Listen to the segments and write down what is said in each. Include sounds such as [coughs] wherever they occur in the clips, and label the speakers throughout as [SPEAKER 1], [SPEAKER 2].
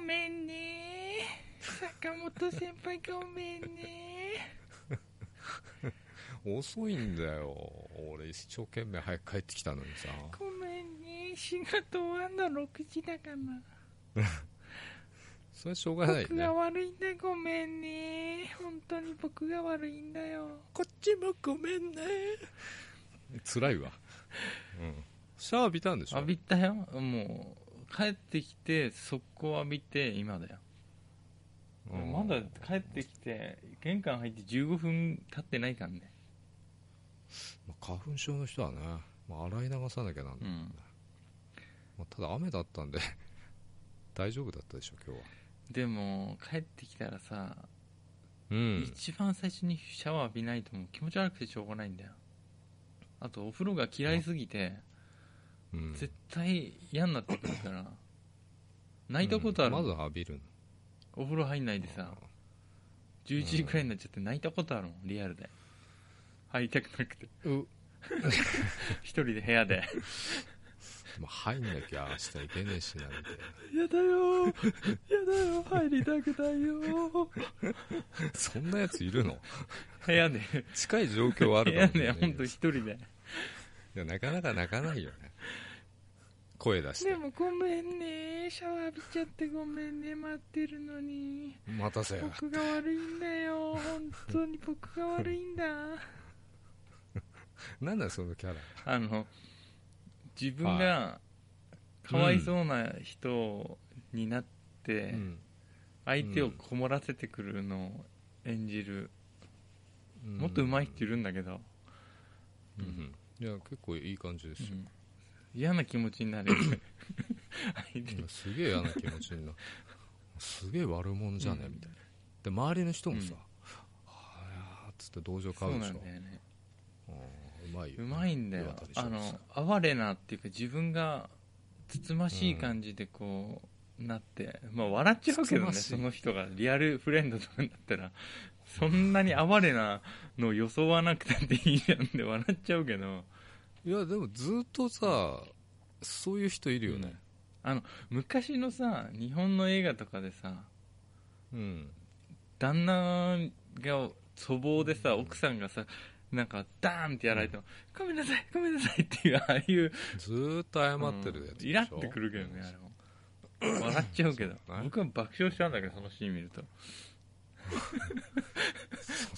[SPEAKER 1] めんね坂本先輩ごめんね
[SPEAKER 2] 遅いんだよ俺一生懸命早く帰ってきたのにさ
[SPEAKER 1] ごめんね仕事終わんの6時だから
[SPEAKER 2] それはしょうがない
[SPEAKER 1] 僕
[SPEAKER 2] ね
[SPEAKER 1] が悪いんだごめんね本当に僕が悪いんだよ
[SPEAKER 2] こっちもごめんね辛いわうんシャワー浴びたんでしょ
[SPEAKER 3] 浴びたよもう帰ってきて速攻浴びて今だよ、
[SPEAKER 2] うん
[SPEAKER 3] まだ帰ってきて玄関入って15分経ってないからね
[SPEAKER 2] まあ花粉症の人はね、まあ、洗い流さなきゃなん
[SPEAKER 3] う
[SPEAKER 2] ない、
[SPEAKER 3] ん
[SPEAKER 2] まあただ雨だったんで [laughs] 大丈夫だったでしょ今日は
[SPEAKER 3] でも帰ってきたらさ、
[SPEAKER 2] うん
[SPEAKER 3] 一番最初にシャワー浴びないともう気持ち悪くてしょうがないんだよあとお風呂が嫌いすぎて、
[SPEAKER 2] うん
[SPEAKER 3] 絶対嫌になってくるから泣いたことある、
[SPEAKER 2] うんまず浴びるの
[SPEAKER 3] お風呂入んないでさ11時くらいになっちゃって泣いたことあるもんリアルで入りたくなくて
[SPEAKER 2] う
[SPEAKER 3] [laughs] 一人で部屋で
[SPEAKER 2] でも入んなきゃ明日いけねえしなみたい
[SPEAKER 3] やだよやだよ入りたくないよ
[SPEAKER 2] なそんなやついるの
[SPEAKER 3] 部屋で
[SPEAKER 2] 近い状況はあ
[SPEAKER 3] 部
[SPEAKER 2] る
[SPEAKER 3] 屋
[SPEAKER 2] かもしれ
[SPEAKER 3] で
[SPEAKER 2] ないけ
[SPEAKER 3] 本
[SPEAKER 2] ど
[SPEAKER 3] 当一人で
[SPEAKER 2] いやなかなか泣かないよね声出し
[SPEAKER 1] で
[SPEAKER 2] て
[SPEAKER 1] もごめんねシャワー浴びちゃってごめんね待ってるのに
[SPEAKER 2] 待たせよ
[SPEAKER 1] 僕が悪いんだよ本当に僕が悪いんだ
[SPEAKER 2] なんだよそのキャラ
[SPEAKER 3] あの自分がかわいそうな人になって、
[SPEAKER 2] うん
[SPEAKER 3] 相手をこもらせてくるのを演じる、もっと上手い人いるんだけど、
[SPEAKER 2] うんうんいや結構いい感じですよ、
[SPEAKER 3] うん嫌な気持ちになる
[SPEAKER 2] [laughs]
[SPEAKER 3] 相手
[SPEAKER 2] うんすげえ嫌な気持ちになるすげえ悪者じゃね、みたいなで周りの人も
[SPEAKER 3] うん
[SPEAKER 2] さ、はあっつって同情
[SPEAKER 3] そ
[SPEAKER 2] 買
[SPEAKER 3] う
[SPEAKER 2] うで
[SPEAKER 3] な
[SPEAKER 2] し
[SPEAKER 3] ん
[SPEAKER 2] ょ
[SPEAKER 3] だよね
[SPEAKER 2] うんうまいよ
[SPEAKER 3] う
[SPEAKER 2] ね、
[SPEAKER 3] まいんだよ
[SPEAKER 2] 岩田でしょ
[SPEAKER 3] あの哀れなっていうか自分がつつましい感じでこう、なってまあ笑っちゃうけどね
[SPEAKER 2] つつましい
[SPEAKER 3] その人がリアルフレンドとかになったらそんなに哀れなのを装わなくたっていいじゃんで笑っちゃうけど
[SPEAKER 2] いやでもずっとさそういう人いるよね
[SPEAKER 3] あの昔のさ日本の映画とかでさ、
[SPEAKER 2] うん、
[SPEAKER 3] 旦那が粗暴でさ奥さんがさなんかダーンってやられても、ごめんなさいごめんなさいっていうああいう
[SPEAKER 2] ずーっと謝ってるやつでしょ、
[SPEAKER 3] うんイラってくるけどねあれも笑っちゃうけど
[SPEAKER 2] そうだね
[SPEAKER 3] 僕は爆笑しちゃうんだけどそのシーン見ると [laughs]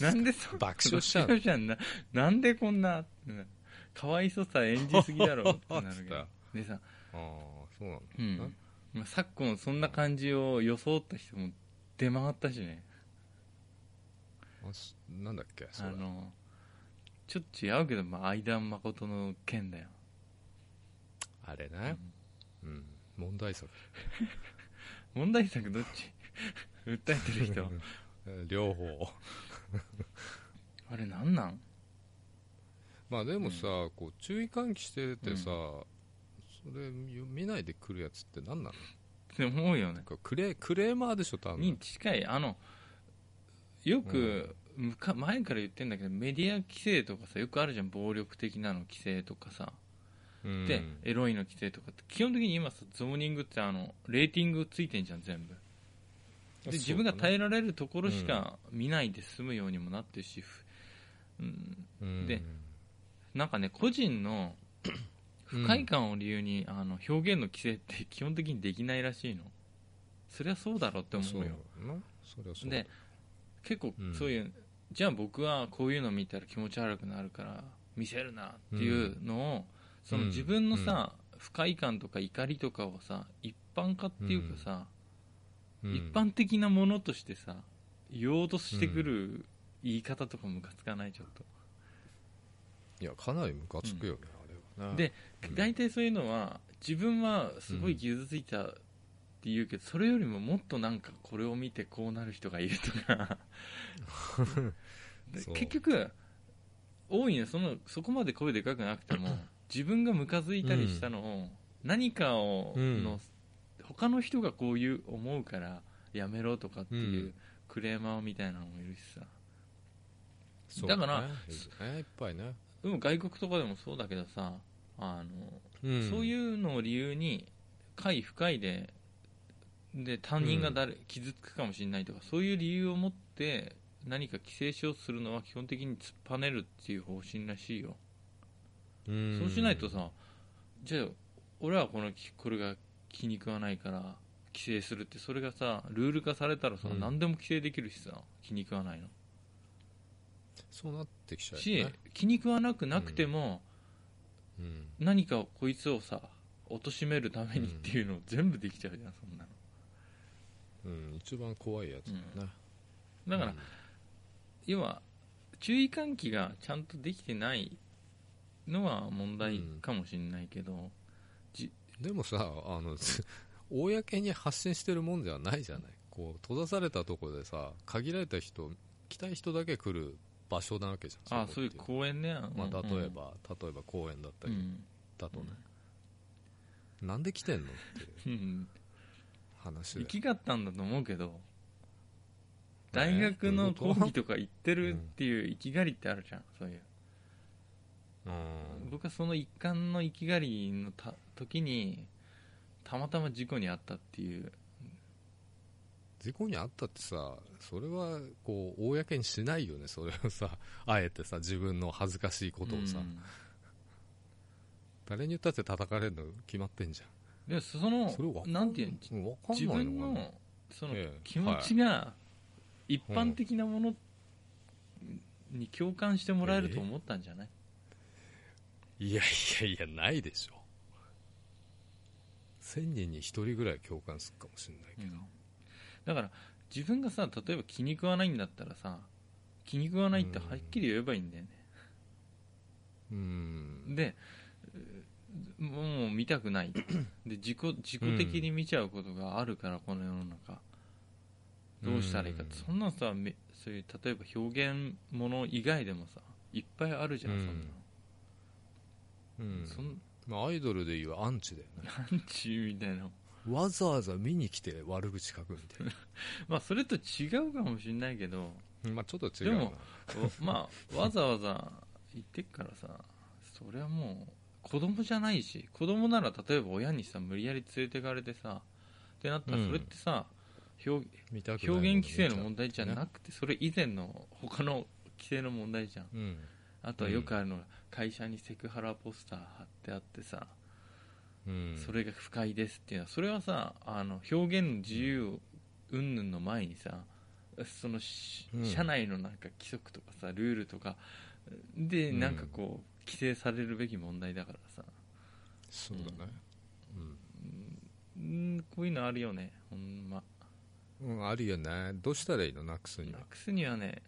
[SPEAKER 3] なんでそ
[SPEAKER 2] 爆笑しちゃうの
[SPEAKER 3] 爆笑んだなんでこんなうんかわいそさ演じすぎだろ
[SPEAKER 2] [laughs]
[SPEAKER 3] ってなるけ
[SPEAKER 2] あ
[SPEAKER 3] どでさ、
[SPEAKER 2] ああそうなんだ
[SPEAKER 3] うんまあ、昨今そんな感じを装った人も出回ったしね
[SPEAKER 2] あすなんだっけそ
[SPEAKER 3] あ
[SPEAKER 2] れ
[SPEAKER 3] のちょっと違うけど、まあ、相田誠の件だよ、
[SPEAKER 2] あれねうん、問題作
[SPEAKER 3] 問題作どっち [laughs] 訴えてる
[SPEAKER 2] [laughs]
[SPEAKER 3] 人
[SPEAKER 2] 両方 [laughs]
[SPEAKER 3] あれなんなん
[SPEAKER 2] まあでもさ、こう注意喚起しててさ、それ見ないで来るやつって何なの
[SPEAKER 3] って思うよね
[SPEAKER 2] なんかクレクレーマーでしょ多分
[SPEAKER 3] に近いあのよく、むか前から言ってんだけどメディア規制とかさよくあるじゃん暴力的なの規制とかさ、
[SPEAKER 2] うん
[SPEAKER 3] でエロいの規制とかって基本的に今さゾーニングってあのレーティングついてんじゃん全部で自分が耐えられるところしか見ないで済むようにもなってるし、ふうん、
[SPEAKER 2] うん
[SPEAKER 3] でなんかね個人の不快感を理由に、あの表現の規制って基本的にできないらしいのそりゃそうだろうって思
[SPEAKER 2] そうう
[SPEAKER 3] よ
[SPEAKER 2] なそりゃそうだ
[SPEAKER 3] で結構
[SPEAKER 2] うん
[SPEAKER 3] そういう、じゃあ僕はこういうの見たら気持ち悪くなるから見せるなっていうのを、その自分のさ、不快感とか怒りとかをさ一般化っていうかさ、
[SPEAKER 2] うん
[SPEAKER 3] 一般的なものとしてさ言おうとしてくる言い方とかムカつかないちょっと
[SPEAKER 2] いやかなりムカつくよね、あれはね
[SPEAKER 3] で
[SPEAKER 2] うん
[SPEAKER 3] 大体そういうのは自分はすごい傷ついたっていうけど、それよりももっとなんかこれを見てこうなる人がいると
[SPEAKER 2] [laughs]
[SPEAKER 3] かで
[SPEAKER 2] そう
[SPEAKER 3] 結局大いにそのそこまで声でかくなくても自分がムカついたりしたのを、何かを、
[SPEAKER 2] うん
[SPEAKER 3] の他の人がこういう思うからやめろとかっていう、
[SPEAKER 2] うん
[SPEAKER 3] クレーマーみたいなのもいるしさ
[SPEAKER 2] そう
[SPEAKER 3] だから
[SPEAKER 2] ねいっぱいね、
[SPEAKER 3] でも外国とかでもそうだけどさあのそう
[SPEAKER 2] う
[SPEAKER 3] いうのを理由に快不快でで担任が誰、傷つくかもしれないとかそういう理由を持って何か規制しようとするのは基本的に突っぱねるっていう方針らしいよ、
[SPEAKER 2] うん
[SPEAKER 3] そうしないとさじゃあ俺はこのきこれが気に食わないから規制するってそれがさルール化されたらさ、
[SPEAKER 2] うん
[SPEAKER 3] 何でも規制できるしさ気に食わないの
[SPEAKER 2] そうなってきちゃう
[SPEAKER 3] し
[SPEAKER 2] よね、
[SPEAKER 3] 気に食わなくなくても、
[SPEAKER 2] うん、
[SPEAKER 3] 何かこいつをさ貶めるためにっていうのを全部できちゃうじゃんそんな
[SPEAKER 2] うん、一番怖いやつだよな、
[SPEAKER 3] のだから、要は注意喚起がちゃんとできてないのは問題かもしれないけど、
[SPEAKER 2] うんでもさあの [laughs] 公に発信してるもんじゃないじゃないこう閉ざされたとこでさ限られた人来たい人だけ来る場所なわけじゃん
[SPEAKER 3] ああそういう
[SPEAKER 2] こって
[SPEAKER 3] 公園ね、う
[SPEAKER 2] ま
[SPEAKER 3] ん
[SPEAKER 2] あ、例え、ば、例えば公園だった
[SPEAKER 3] うん
[SPEAKER 2] りだとね、なんで来てんのっていう
[SPEAKER 3] うんうん
[SPEAKER 2] 話で
[SPEAKER 3] 行きがったんだと思うけど大学の講義とか行ってるっていう生きがりってあるじゃんそういう
[SPEAKER 2] うん
[SPEAKER 3] 僕はその一環の生きがりのた時にたまたま事故に遭ったっていう
[SPEAKER 2] 事故にあったってさそれはこう公にしないよねそれをさあえてさ自分の恥ずかしいことをさ、
[SPEAKER 3] うん
[SPEAKER 2] 誰に言ったって叩かれるの決まってんじ
[SPEAKER 3] でもそ
[SPEAKER 2] ゃん
[SPEAKER 3] の
[SPEAKER 2] それわかん
[SPEAKER 3] なんていうの
[SPEAKER 2] うんわかん
[SPEAKER 3] 自
[SPEAKER 2] ない
[SPEAKER 3] 分
[SPEAKER 2] のかな
[SPEAKER 3] のその
[SPEAKER 2] ええ
[SPEAKER 3] 気持ちが一般的なものに共感してもらえると思ったんじゃない、
[SPEAKER 2] いやいやいやないでしょ1000人に1人ぐらい共感するかもしれないけ
[SPEAKER 3] うんだから自分がさ例えば気に食わないんだったらさ気に食わないってはっきり言えばいいんだよね、
[SPEAKER 2] どうん
[SPEAKER 3] でえーもう見たくない
[SPEAKER 2] [coughs]
[SPEAKER 3] で自己自己的に見ちゃうことがあるから、この世の中どうしたらいいかって
[SPEAKER 2] うん
[SPEAKER 3] そんなさめそういう例えば表現もの以外でもさいっぱいあるじゃん、
[SPEAKER 2] うん
[SPEAKER 3] そんなの
[SPEAKER 2] うん
[SPEAKER 3] そん
[SPEAKER 2] まあアイドルでいうアンチだよね
[SPEAKER 3] アンチみたいな
[SPEAKER 2] わざわざ見に来て悪口書くみたい
[SPEAKER 3] まあそれと違うかもしれないけど [laughs]
[SPEAKER 2] なまあちょっと違うな
[SPEAKER 3] でもおまあわざわざ言ってっからさそれはもう子供じゃないし子供なら例えば親にさ無理やり連れてかれてさってなったら
[SPEAKER 2] うん
[SPEAKER 3] それってさ、表
[SPEAKER 2] 見たくないもの
[SPEAKER 3] 表現
[SPEAKER 2] 見
[SPEAKER 3] 規
[SPEAKER 2] ちゃ
[SPEAKER 3] 制
[SPEAKER 2] う
[SPEAKER 3] の問題じゃなくてそれ以前の他の規制の問題じゃん
[SPEAKER 2] うん
[SPEAKER 3] あとはよくあるのが会社にセクハラポスター貼ってあってさ、
[SPEAKER 2] うん
[SPEAKER 3] それが不快ですっていうのはそれはさあの表現の自由云々の前にさそのし
[SPEAKER 2] うん
[SPEAKER 3] 社内のなんか規則とかさルールとかで
[SPEAKER 2] うん
[SPEAKER 3] なんかこう規制されるべき問題だからさ
[SPEAKER 2] そうだねうん
[SPEAKER 3] うんこういうのあるよねほんま
[SPEAKER 2] うんあるよねどうしたらいいのなくすに
[SPEAKER 3] な
[SPEAKER 2] は
[SPEAKER 3] くすにはね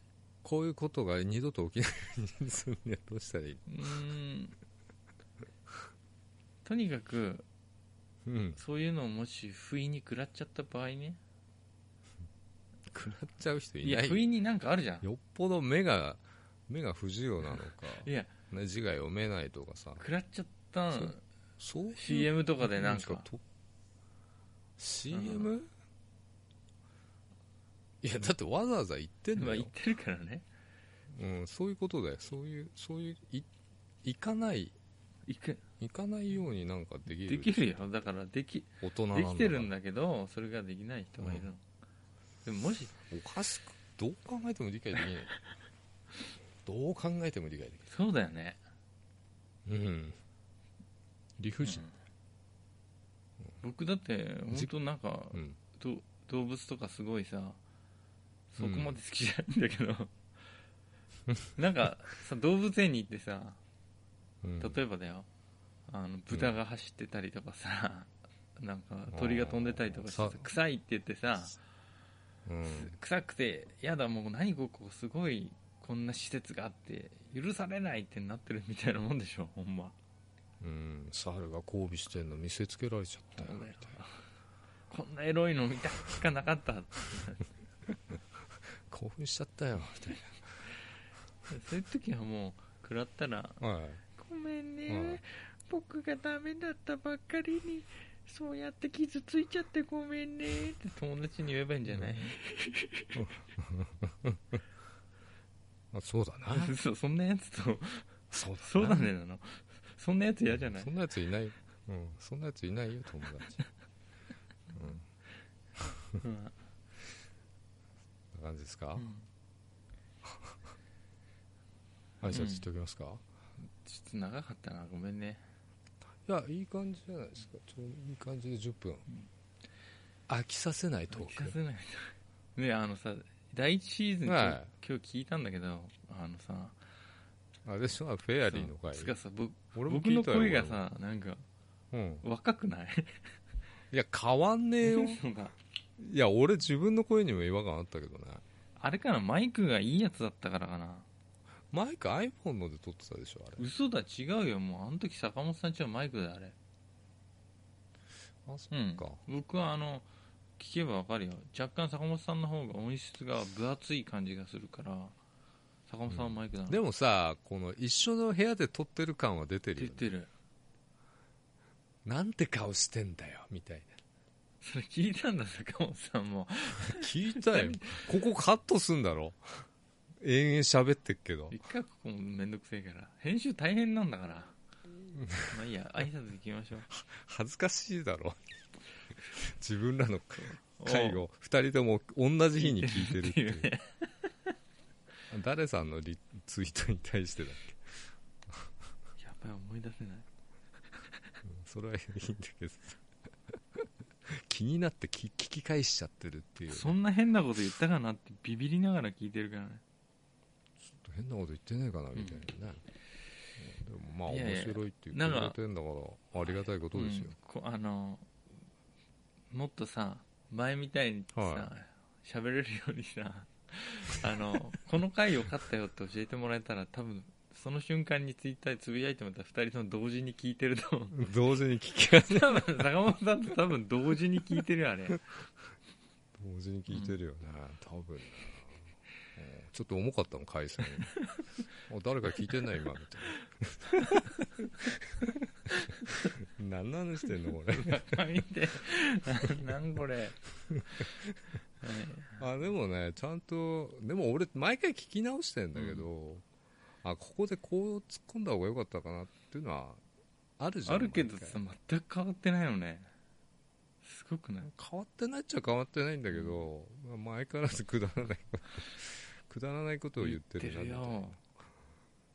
[SPEAKER 2] こういうことが二度と起きないようにするにはどうしたらいい
[SPEAKER 3] うんとにかく
[SPEAKER 2] のうん
[SPEAKER 3] そういうのをもし不意に食らっちゃった場合ね
[SPEAKER 2] 食らっちゃう人
[SPEAKER 3] い
[SPEAKER 2] い
[SPEAKER 3] や
[SPEAKER 2] ない
[SPEAKER 3] 不意になんかあるじゃん
[SPEAKER 2] よっぽど目が目が不自由なのか、
[SPEAKER 3] いや
[SPEAKER 2] ね、字が読めないとかさ
[SPEAKER 3] 食らっちゃったん
[SPEAKER 2] そうそういう
[SPEAKER 3] CM とかでなんか
[SPEAKER 2] と CM?、いやだってわざわざ言ってん
[SPEAKER 3] ま
[SPEAKER 2] だ
[SPEAKER 3] あ
[SPEAKER 2] よ
[SPEAKER 3] 言っ、てるからね
[SPEAKER 2] うん、そういうことだよそういうそういうい行かない
[SPEAKER 3] 行く
[SPEAKER 2] 行かないようになんかでき
[SPEAKER 3] で
[SPEAKER 2] る
[SPEAKER 3] きるよだからでき
[SPEAKER 2] 大人なん
[SPEAKER 3] で
[SPEAKER 2] だ
[SPEAKER 3] きてるんだけどそれができない人がいるの、でももし
[SPEAKER 2] おかしくどう考えても理解できないどう考えても理解で
[SPEAKER 3] そうだよね
[SPEAKER 2] きない、うん、理不尽、
[SPEAKER 3] うん僕だって本当なんか、
[SPEAKER 2] うん
[SPEAKER 3] ど動物とかすごいさそこまで好きじゃないんだけど、 [laughs] なんかさ動物園に行ってさ
[SPEAKER 2] うん
[SPEAKER 3] 例えばだよあの豚が走ってたりとかさ、なんか鳥が飛んでたりとかしてさ
[SPEAKER 2] さ
[SPEAKER 3] 臭いって言ってさ
[SPEAKER 2] うん
[SPEAKER 3] 臭くてやだもう何ここすごいこんな施設があって許されないってなってるみたいなもんでしょほんま
[SPEAKER 2] うん、猿が交尾してんの見せつけられちゃったよみたいな
[SPEAKER 3] こんなエロいの見たしかなかった
[SPEAKER 2] 興奮しちゃったよみ
[SPEAKER 3] そういう時はもう食らったら
[SPEAKER 2] たいな、はい、
[SPEAKER 1] ごめんね、
[SPEAKER 2] うん
[SPEAKER 1] 僕がダメだったばっかりにそうやって傷ついちゃってごめんね
[SPEAKER 3] 友達に言えばいいんじゃない、
[SPEAKER 2] あそうだな
[SPEAKER 3] そうそんなやつと
[SPEAKER 2] そうだ
[SPEAKER 3] [laughs] そうだ
[SPEAKER 2] な
[SPEAKER 3] ねなのそんなやつ嫌じゃない
[SPEAKER 2] そんなやついない、うん、そんなやついないよ友達、
[SPEAKER 3] うん
[SPEAKER 2] な感じですか
[SPEAKER 3] う、ん
[SPEAKER 2] 挨拶しておきますか、
[SPEAKER 3] ちょっと長かったなごめんね
[SPEAKER 2] いやいい感じじゃないですかちょうどいい感じで10分、飽きさせないト
[SPEAKER 3] 聞か
[SPEAKER 2] ー
[SPEAKER 3] せないとねあのさ第一シーズン、
[SPEAKER 2] は
[SPEAKER 3] 今日聞いたんだけどあのさ
[SPEAKER 2] クあれでしょフェアリーの回
[SPEAKER 3] つかさぼ
[SPEAKER 2] 俺も
[SPEAKER 3] 僕
[SPEAKER 2] 聞
[SPEAKER 3] の
[SPEAKER 2] いたよ
[SPEAKER 3] 声がさなんか
[SPEAKER 2] 俺もうん、
[SPEAKER 3] 若くない
[SPEAKER 2] いや変わんね
[SPEAKER 3] [laughs]
[SPEAKER 2] えよ
[SPEAKER 3] なんか
[SPEAKER 2] いや俺自分の声にも違和感あったけどね
[SPEAKER 3] あれかなマイクがいいやつだったからかな
[SPEAKER 2] マイク iPhone ので撮ってたでしょあれ
[SPEAKER 3] 嘘だ違うよもうあの時坂本さんちはマイクだよあれ
[SPEAKER 2] あそ
[SPEAKER 3] うん
[SPEAKER 2] っか、
[SPEAKER 3] 僕はあの聞けばわかるよ若干坂本さんの方が音質が分厚い感じがするから坂本さんはマイクだな、
[SPEAKER 2] でもさこの一緒の部屋で撮ってる感は出てる
[SPEAKER 3] 出
[SPEAKER 2] よ、ね、
[SPEAKER 3] てる
[SPEAKER 2] なんて顔してんだよみたい
[SPEAKER 3] それ聞いたんだ坂本さんも
[SPEAKER 2] な聞
[SPEAKER 3] [laughs]
[SPEAKER 2] いたよここカットすんだろ延々喋ってっけど
[SPEAKER 3] 一回ここもめんどくせえから編集大変なんだからまあいいや挨拶行きましょう [laughs]
[SPEAKER 2] 恥ずかしいだろ自分らの会
[SPEAKER 3] お
[SPEAKER 2] を2人とも同じ日に聞いて
[SPEAKER 3] う
[SPEAKER 2] るっ
[SPEAKER 3] ってて
[SPEAKER 2] い
[SPEAKER 3] いううね
[SPEAKER 2] 誰さんのリツイートに対してだっけ
[SPEAKER 3] やばい思い出せない
[SPEAKER 2] それはいいんだけど [laughs] さ気になって聞聞き返しちゃってるっていうね、
[SPEAKER 3] そんな変なこと言ったかなってビビりながら聞いてるからね
[SPEAKER 2] 変なこと言ってねえかなみたいなね、でもまあ
[SPEAKER 3] いやいや
[SPEAKER 2] 面白いって言
[SPEAKER 3] なん
[SPEAKER 2] って
[SPEAKER 3] か
[SPEAKER 2] くれてんだからありがたいことですよ、
[SPEAKER 3] うんこあのもっとさ前みたいにさ
[SPEAKER 2] は
[SPEAKER 3] 喋、れるようにさ [laughs] あのこの回良かったよって教えてもらえたら多分その瞬間にツイッターでつぶやいてもらったら2人とも同時に聞いてると思う [laughs]
[SPEAKER 2] 同時に聞き合い
[SPEAKER 3] 多分坂本さんと多分同時に聞いてるよあれ
[SPEAKER 2] 同時に聞いてるよね、多分なうんちょっと重かったもん回線
[SPEAKER 3] [laughs]
[SPEAKER 2] あ誰か聞いてんな今みたいな [laughs] 何の話してんのこれ
[SPEAKER 3] 中見てななんこれ、はい
[SPEAKER 2] あでもねちゃんとでも俺毎回聞き直してんだけど、あここでこう突っ込んだ方が良かったかなっていうのはあるじゃん
[SPEAKER 3] あるけど
[SPEAKER 2] 毎回
[SPEAKER 3] さ全く変わってないよねすごくない
[SPEAKER 2] 変わってないっちゃ変わってないんだけど、まあ、相変わらずくだらないくだらないことを言ってるなみたいな
[SPEAKER 3] よ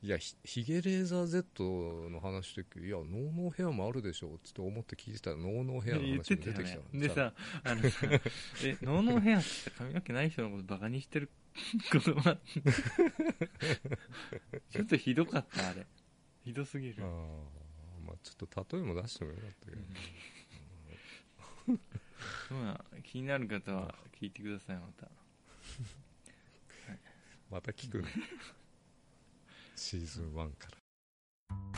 [SPEAKER 2] いやひヒゲレーザー Z の話でいやノーノーヘアもあるでしょうつって思って聞いてたらノーノーヘアの
[SPEAKER 3] 言っ
[SPEAKER 2] 話
[SPEAKER 3] て
[SPEAKER 2] も
[SPEAKER 3] た
[SPEAKER 2] 出
[SPEAKER 3] よ
[SPEAKER 2] てきた
[SPEAKER 3] ね
[SPEAKER 2] もん
[SPEAKER 3] でさあのさ [laughs] えノーノーヘアってさ髪の毛ない人のことバカにしてることもあ
[SPEAKER 2] [laughs]
[SPEAKER 3] ってちょっとひどかったあれひどすぎる
[SPEAKER 2] あー、まあ、ちょっと例えも出してもよかったけど、
[SPEAKER 3] まあ気になる方は聞いてくださいまた
[SPEAKER 2] また聞くの [laughs] シーズン1から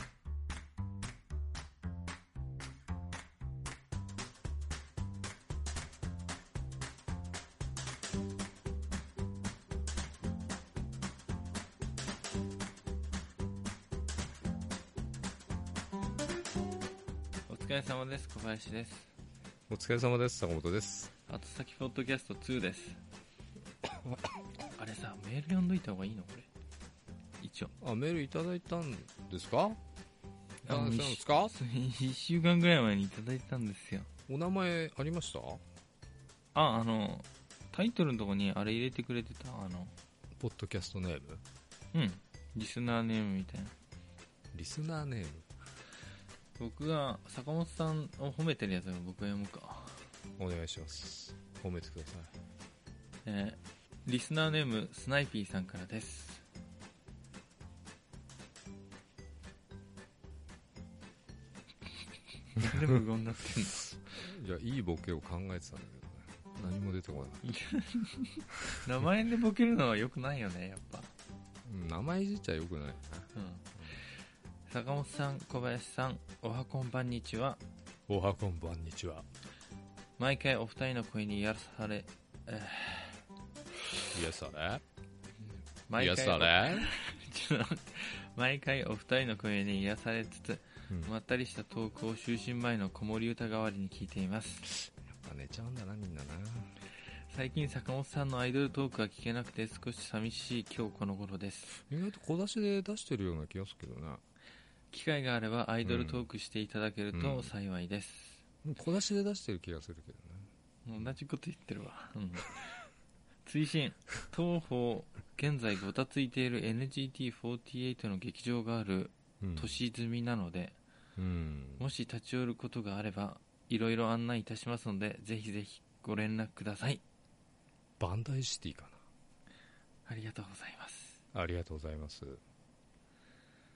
[SPEAKER 3] お疲れ様です小林です
[SPEAKER 2] お疲れ様です坂本です
[SPEAKER 3] 後先ポッドキャスト2です [laughs] あれさメール読んどいた方がいいのこれ一応
[SPEAKER 2] あメールいただいたんですかいた
[SPEAKER 3] あ
[SPEAKER 2] だ
[SPEAKER 3] の
[SPEAKER 2] い
[SPEAKER 3] 一
[SPEAKER 2] たんですか
[SPEAKER 3] 1週間ぐらい前にいただいたんですよ
[SPEAKER 2] お名前ありました
[SPEAKER 3] ああのタイトルのとこにあれ入れてくれてたあの
[SPEAKER 2] ポッドキャストネーム
[SPEAKER 3] うんリスナーネームみたいな
[SPEAKER 2] リスナーネーム
[SPEAKER 3] 僕が坂本さんを褒めてるやつを僕が読むか、
[SPEAKER 2] お願いします褒めてください
[SPEAKER 3] えーリスナーネームスナイピーさんからです [laughs] なんで無言になってんの
[SPEAKER 2] いやいいボケを考えてたんだけどね何も出てこない
[SPEAKER 3] 名前でボケるのは良くないよねやっぱ、
[SPEAKER 2] うん名前いじっちゃよくないな
[SPEAKER 3] うん、坂本さん小林さんおはこんばんにちは
[SPEAKER 2] おはこんばんにちは
[SPEAKER 3] 毎回お二人の声に癒され
[SPEAKER 2] いやそれい
[SPEAKER 3] 毎
[SPEAKER 2] や
[SPEAKER 3] 回
[SPEAKER 2] それ、
[SPEAKER 3] ちょっと待って [laughs] 毎回お二人の声に癒されつつ
[SPEAKER 2] うん、
[SPEAKER 3] ま
[SPEAKER 2] やっ
[SPEAKER 3] ったりしたトークを就寝前の子守歌代わりに聞いています
[SPEAKER 2] ぱ寝ちゃうんだなみんなな
[SPEAKER 3] 最近坂本さんのアイドルトークが聞けなくて少し寂しい今日この頃です
[SPEAKER 2] 意外と小出しで出してるような気がするけどな
[SPEAKER 3] 機会があればアイドルトークしていただける
[SPEAKER 2] う
[SPEAKER 3] と
[SPEAKER 2] ん
[SPEAKER 3] 幸いです
[SPEAKER 2] 小出しで出してる気がするけどね
[SPEAKER 3] う同じこと言ってるわ、うん、追伸東方現在ごたついている NGT48 の劇場がある
[SPEAKER 2] うん
[SPEAKER 3] 都市済みなので、
[SPEAKER 2] うん
[SPEAKER 3] もし立ち寄ることがあればいろいろ案内いたしますのでぜひぜひご連絡ください
[SPEAKER 2] バンダイシティか
[SPEAKER 3] ありがとうございます
[SPEAKER 2] なありがとうございます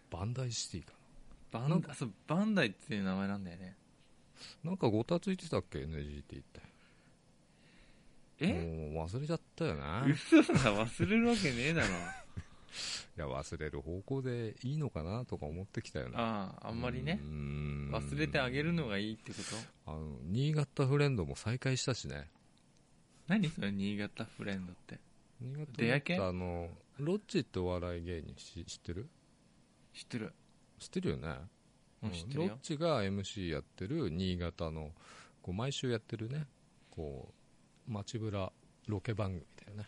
[SPEAKER 2] バンダイシティか
[SPEAKER 3] バンダそうバンダイっていう名前なんだよね
[SPEAKER 2] ななんかごたついてたっけ NGT って
[SPEAKER 3] え
[SPEAKER 2] もう忘れちゃったよな
[SPEAKER 3] 嘘だ忘れるわけねえだろ
[SPEAKER 2] いや忘れる方向でいいのかなとか思ってきたよな
[SPEAKER 3] あああんまりね
[SPEAKER 2] うーん
[SPEAKER 3] 忘れてあげるのがいいってこと
[SPEAKER 2] あの新潟フレンドも再開したしね
[SPEAKER 3] 何それ新潟フレンドって
[SPEAKER 2] 新潟
[SPEAKER 3] 出会い系
[SPEAKER 2] あのロッチってお笑い芸人し知ってる
[SPEAKER 3] 知ってる
[SPEAKER 2] 知ってるよね
[SPEAKER 3] もう知って
[SPEAKER 2] ロ
[SPEAKER 3] る
[SPEAKER 2] ッ
[SPEAKER 3] よ
[SPEAKER 2] チが MC やってる新潟のこう毎週やってるねこう街ぶらロケ番組だよね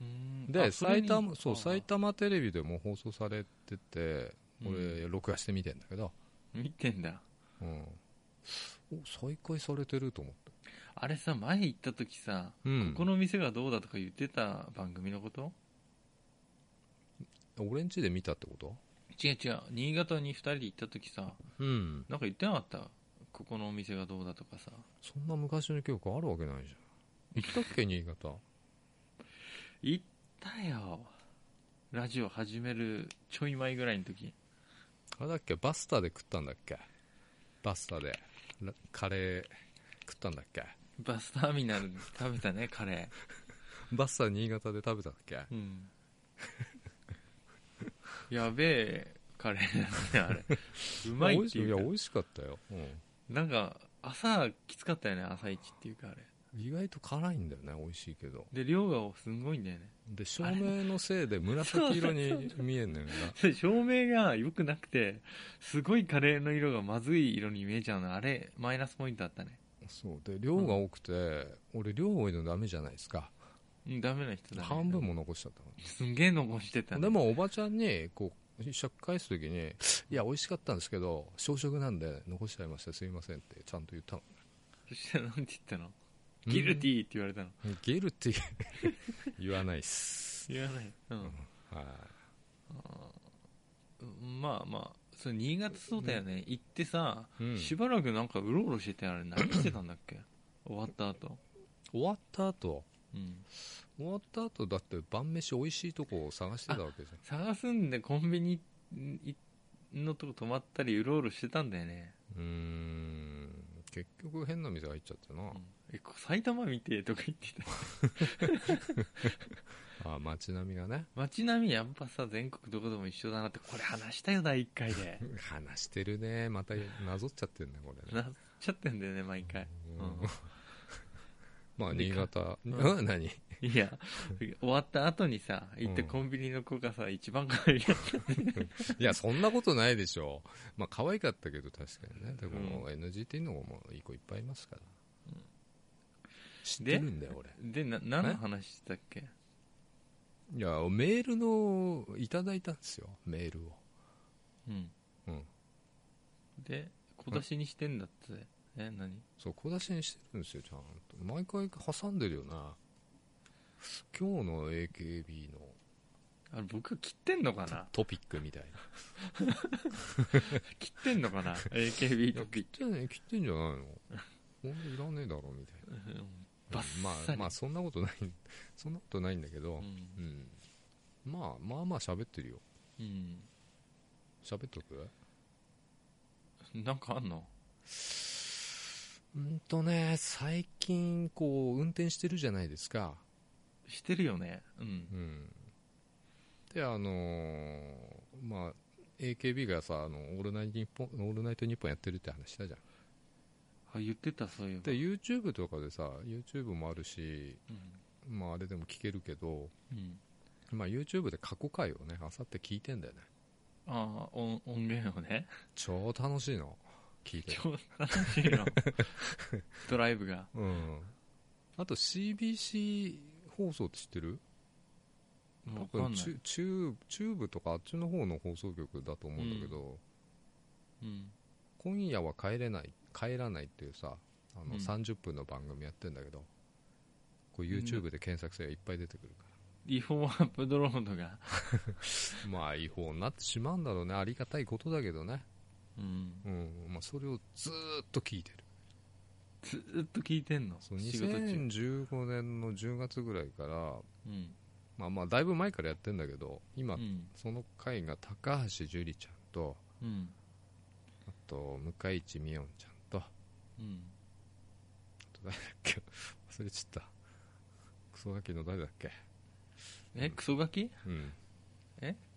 [SPEAKER 3] うん
[SPEAKER 2] で
[SPEAKER 3] あそれ
[SPEAKER 2] 埼
[SPEAKER 3] に
[SPEAKER 2] 玉そ
[SPEAKER 3] あ
[SPEAKER 2] う埼玉テレビでも放送されてて
[SPEAKER 3] う
[SPEAKER 2] 俺録画して見てんだけど、
[SPEAKER 3] 見てんだ
[SPEAKER 2] うんお再開されてると思って
[SPEAKER 3] あれさ前行った時さ、
[SPEAKER 2] うん
[SPEAKER 3] ここの店がどうだとか言ってた番組のこと
[SPEAKER 2] 俺ん家で見たってこと
[SPEAKER 3] 違う違う新潟に2人で行った時さ
[SPEAKER 2] うん
[SPEAKER 3] なんか言ってなかったここのお店がどうだとかさ
[SPEAKER 2] そんな昔の記憶あるわけないじゃん行ったっけ新潟
[SPEAKER 3] 行ったよラジオ始めるちょい前ぐらいの時
[SPEAKER 2] あれだっけバスタで食ったんだっけバスタでラカレー食ったんだっけ
[SPEAKER 3] バスターミナルで食べた [laughs] ねカレ
[SPEAKER 2] バスタ新潟で食べたっけ
[SPEAKER 3] ーうん [laughs] やべえカレーだね [laughs] あれうまいっていう
[SPEAKER 2] や美味しいや
[SPEAKER 3] か
[SPEAKER 2] 美味しかったよ、う
[SPEAKER 3] なんか朝きつかったよね朝一っていうかあれ
[SPEAKER 2] ん、意外と辛いんだよね美味しいけど
[SPEAKER 3] で量がすごいんだよね [laughs]
[SPEAKER 2] で照明のせいで紫色に見えんのよな
[SPEAKER 3] それ照明が良くなくてすごいカレーの色がまずい色に見えちゃうのあれマイナスポイントだったね
[SPEAKER 2] そうで量が多くて、俺量多いのダメじゃないですか、
[SPEAKER 3] うんダメな人だ、ね、
[SPEAKER 2] 半分も残しちゃったか
[SPEAKER 3] すんげえ残してた、
[SPEAKER 2] ら
[SPEAKER 3] ね、
[SPEAKER 2] でもおばちゃんにこう試食返す時に「いや美味しかったんですけど小食なんで残しちゃいましたすいません」ってちゃんと言ったの
[SPEAKER 3] そしたらなんて言ったのギルティーって言われたの
[SPEAKER 2] うんギルティ [laughs] 言わないっす
[SPEAKER 3] 言わないうん、
[SPEAKER 2] は
[SPEAKER 3] うんまあまあそれ新潟そうだよね、行ってさ、
[SPEAKER 2] い、うん
[SPEAKER 3] し
[SPEAKER 2] 終
[SPEAKER 3] ばらくなんかうろうろしてたよあれ何してたんだっ
[SPEAKER 2] [laughs]
[SPEAKER 3] け終わった後
[SPEAKER 2] わった後
[SPEAKER 3] うん
[SPEAKER 2] 終わった後だって晩飯美味しいとこを探してたわけじゃん
[SPEAKER 3] 探すんでコンビニいのとこ泊まったりうろうろしてたんだよね
[SPEAKER 2] うーん結局変な店入っちゃったな、
[SPEAKER 3] えこ埼玉見てとか言ってた [laughs]
[SPEAKER 2] ああ街並みがね
[SPEAKER 3] 街並みやっぱさ全国どこでも一緒だなってこれ話したよ第1回
[SPEAKER 2] [laughs]
[SPEAKER 3] で
[SPEAKER 2] 話してるねまたなぞっちゃってるねこれ
[SPEAKER 3] な
[SPEAKER 2] ね
[SPEAKER 3] っちゃってんだよね毎回、
[SPEAKER 2] [laughs] まあ新潟
[SPEAKER 3] でか
[SPEAKER 2] うん何
[SPEAKER 3] いや終わった後にさ行って
[SPEAKER 2] うん
[SPEAKER 3] コンビニの子がさ、一番可愛いや
[SPEAKER 2] いやそんなことないでしょまあ可愛かったけど確かにねでも NGT の子もいい子いっぱいいますから、知ってるんだよ俺
[SPEAKER 3] つ [laughs] でな何の話してたっけ
[SPEAKER 2] いやメールのいただいたんですよメールを
[SPEAKER 3] うん、
[SPEAKER 2] うん
[SPEAKER 3] で小出しにしてんだって、え何
[SPEAKER 2] そう小出しにしてるんですよちゃんと毎回挟んでるよな今日の AKB の
[SPEAKER 3] あれ僕切ってんのかな
[SPEAKER 2] トピックみたいな
[SPEAKER 3] 切ってんのかな AKB とピ
[SPEAKER 2] じゃあね切ってんじゃないのほんといらねえだろみたいな
[SPEAKER 3] バッ
[SPEAKER 2] ま
[SPEAKER 3] サ
[SPEAKER 2] あ
[SPEAKER 3] リ
[SPEAKER 2] まあそんなことないそんなことないんだけど
[SPEAKER 3] う、
[SPEAKER 2] うんんまあまあまあ喋ってるよ
[SPEAKER 3] うん、
[SPEAKER 2] 喋っとく
[SPEAKER 3] なんかあんの
[SPEAKER 2] うんとね最近こう運転してるじゃないですか
[SPEAKER 3] してるよねうん
[SPEAKER 2] うんであのーまあ AKB がさあのオールナイトニッポン「オールナイトニッポン」やってるって話したじゃん
[SPEAKER 3] あ言ってたそういえば
[SPEAKER 2] で YouTube とかでさ YouTube もあるし、
[SPEAKER 3] う
[SPEAKER 2] まあ、あれでも聞けるけど、
[SPEAKER 3] んうん、
[SPEAKER 2] まあ、YouTube で過去回をねあさって聞いてんだよね
[SPEAKER 3] ああ音音源をね
[SPEAKER 2] 超楽しいの聞いてる
[SPEAKER 3] 超楽しい [laughs] のドライブが
[SPEAKER 2] うんあと CBC 放送って知ってる多
[SPEAKER 3] 分か
[SPEAKER 2] 分
[SPEAKER 3] んない
[SPEAKER 2] チュチューチューブとかあっちの方の放送局だと思うんだけど、
[SPEAKER 3] うん
[SPEAKER 2] 今夜は帰れない帰らないっていうさあ
[SPEAKER 3] うん
[SPEAKER 2] の30分の番組やってんだけど、こう YouTube で検索すればいっぱい出てくるか
[SPEAKER 3] 違法アップドロードが、
[SPEAKER 2] ら、まあ違法になってしまうんだろうねありがたいことだけどね、
[SPEAKER 3] うん、
[SPEAKER 2] うんまあ、それをずーっと聞いてる
[SPEAKER 3] ずーっと聞いてんの
[SPEAKER 2] そう
[SPEAKER 3] 仕事中、
[SPEAKER 2] 2015年の10月ぐらいから
[SPEAKER 3] うん
[SPEAKER 2] まあまあだいぶ前からやってんだけど今、
[SPEAKER 3] うん
[SPEAKER 2] その回が高橋樹里ちゃんと
[SPEAKER 3] うん
[SPEAKER 2] あと向井地美音ちゃんとあ
[SPEAKER 3] うん、
[SPEAKER 2] と誰だっけ忘れちゃったクソガキの誰だっけ
[SPEAKER 3] えクソガキ
[SPEAKER 2] うん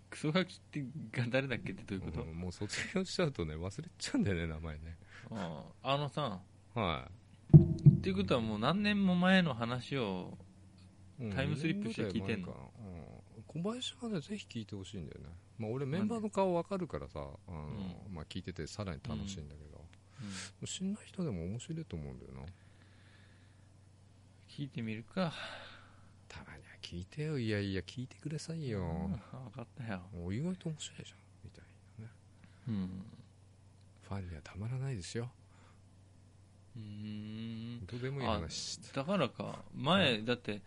[SPEAKER 3] クソガキってが誰だっけってどういうこと、
[SPEAKER 2] うんもう卒業しちゃうとね忘れちゃうんだよね名前ね
[SPEAKER 3] あああのさ
[SPEAKER 2] は
[SPEAKER 3] っていうことはもう何年も前の話を
[SPEAKER 2] い、うん
[SPEAKER 3] タイムスリップして聞いてんの
[SPEAKER 2] 二年ぐらい前かなうん、小林はねぜひ聞いてほしいんだよね、まあ、俺メンバーの顔わかるからさあの、まあ、聞いててさらに楽しいんだけど、
[SPEAKER 3] うん
[SPEAKER 2] 知んない人でも面白いと思うんだよな
[SPEAKER 3] 聞いてみるか
[SPEAKER 2] たまには聞いてよいやいや聞いてくださいよ、
[SPEAKER 3] うん分かったよ、
[SPEAKER 2] お意外と面白いじゃんみたいなね
[SPEAKER 3] うん、
[SPEAKER 2] ファンにはたまらないですよ
[SPEAKER 3] うーん
[SPEAKER 2] どうでもいい話し
[SPEAKER 3] だからか前だって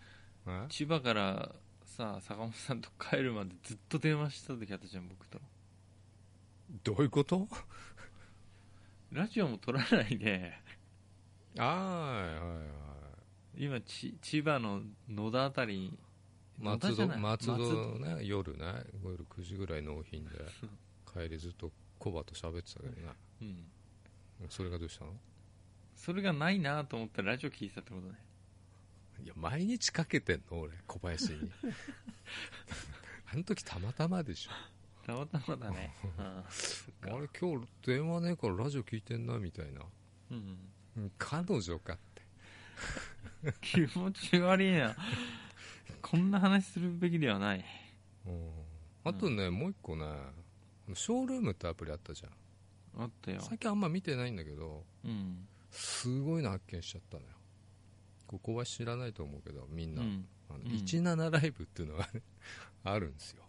[SPEAKER 2] た
[SPEAKER 3] 千葉からさ坂本さんと帰るまでずっと電話してた時あったじゃん僕と
[SPEAKER 2] どういうこと
[SPEAKER 3] ラジオも撮らないで
[SPEAKER 2] ああはいはいはい
[SPEAKER 3] 今ち千葉の野田あたり野田
[SPEAKER 2] 松
[SPEAKER 3] じゃ
[SPEAKER 2] 戸
[SPEAKER 3] ない
[SPEAKER 2] 松戸
[SPEAKER 3] 松
[SPEAKER 2] のね夜ね夜9時ぐらい納品で
[SPEAKER 3] うん
[SPEAKER 2] 帰りずっとコバと喋ってたけどね
[SPEAKER 3] うん、
[SPEAKER 2] それがどうしたの
[SPEAKER 3] それがないなと思ったらラジオ聞いてたってことね
[SPEAKER 2] いや毎日かけてんの俺小林に [laughs] あの時たまたまでしょ
[SPEAKER 3] たまたまだ
[SPEAKER 2] [laughs]
[SPEAKER 3] ねああそっ
[SPEAKER 2] あ
[SPEAKER 3] か
[SPEAKER 2] れ今日電話ねえからラジオ聞いてんなみたいな
[SPEAKER 3] うん、
[SPEAKER 2] 彼女かって
[SPEAKER 3] 気持ち悪いなこんな話するべきではない
[SPEAKER 2] あとね、もう一個ねショールームってアプリあったじゃ
[SPEAKER 3] あったよ
[SPEAKER 2] ん最近あんま見てないんだけど
[SPEAKER 3] うん、
[SPEAKER 2] すごいの発見しちゃったのよここは知らないと思うけどみん
[SPEAKER 3] う
[SPEAKER 2] な、
[SPEAKER 3] ん、
[SPEAKER 2] あの
[SPEAKER 3] ん
[SPEAKER 2] 17ライブっていうのが [laughs] あるんですよ、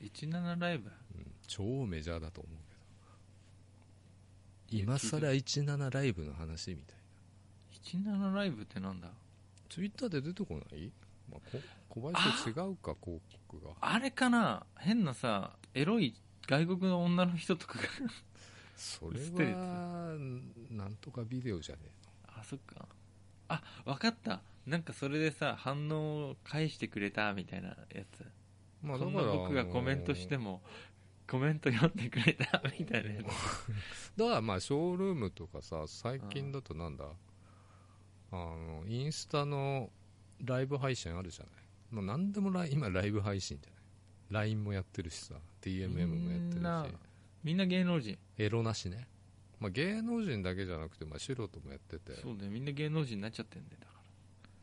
[SPEAKER 3] 17ライブ
[SPEAKER 2] うん超メジャーだと思うけど今更17ライブの話みたいな
[SPEAKER 3] 17ライブってなんだ
[SPEAKER 2] ツイッターで出てこない、まあ、こ小林と違うか広告が
[SPEAKER 3] あれかな変なさエロい外国の女の人とかが [laughs]
[SPEAKER 2] それ
[SPEAKER 3] 捨てるや
[SPEAKER 2] はなんとかビデオじゃね
[SPEAKER 3] あそっかあわかったなんかそれでさ反応を返してくれたみたいなやつ、
[SPEAKER 2] えの、まあ、
[SPEAKER 3] こ
[SPEAKER 2] だ
[SPEAKER 3] ん
[SPEAKER 2] か
[SPEAKER 3] な
[SPEAKER 2] ら
[SPEAKER 3] 僕がコメントして
[SPEAKER 2] も
[SPEAKER 3] もコメント読んでくれたみたいなや
[SPEAKER 2] だからまあショールームとかさ最近だとなんだ、あのインスタのライブ配信あるじゃない、まあ、何でもライ今ライブ配信じゃない LINE もやってるしさ DMM も
[SPEAKER 3] み
[SPEAKER 2] や
[SPEAKER 3] んな
[SPEAKER 2] ってるし
[SPEAKER 3] つみんな芸能人
[SPEAKER 2] エロなしね、まあ、芸能人だけじゃなくて、まあ、素人もやってて、
[SPEAKER 3] そうだよみんな芸能人になっちゃってんだよだか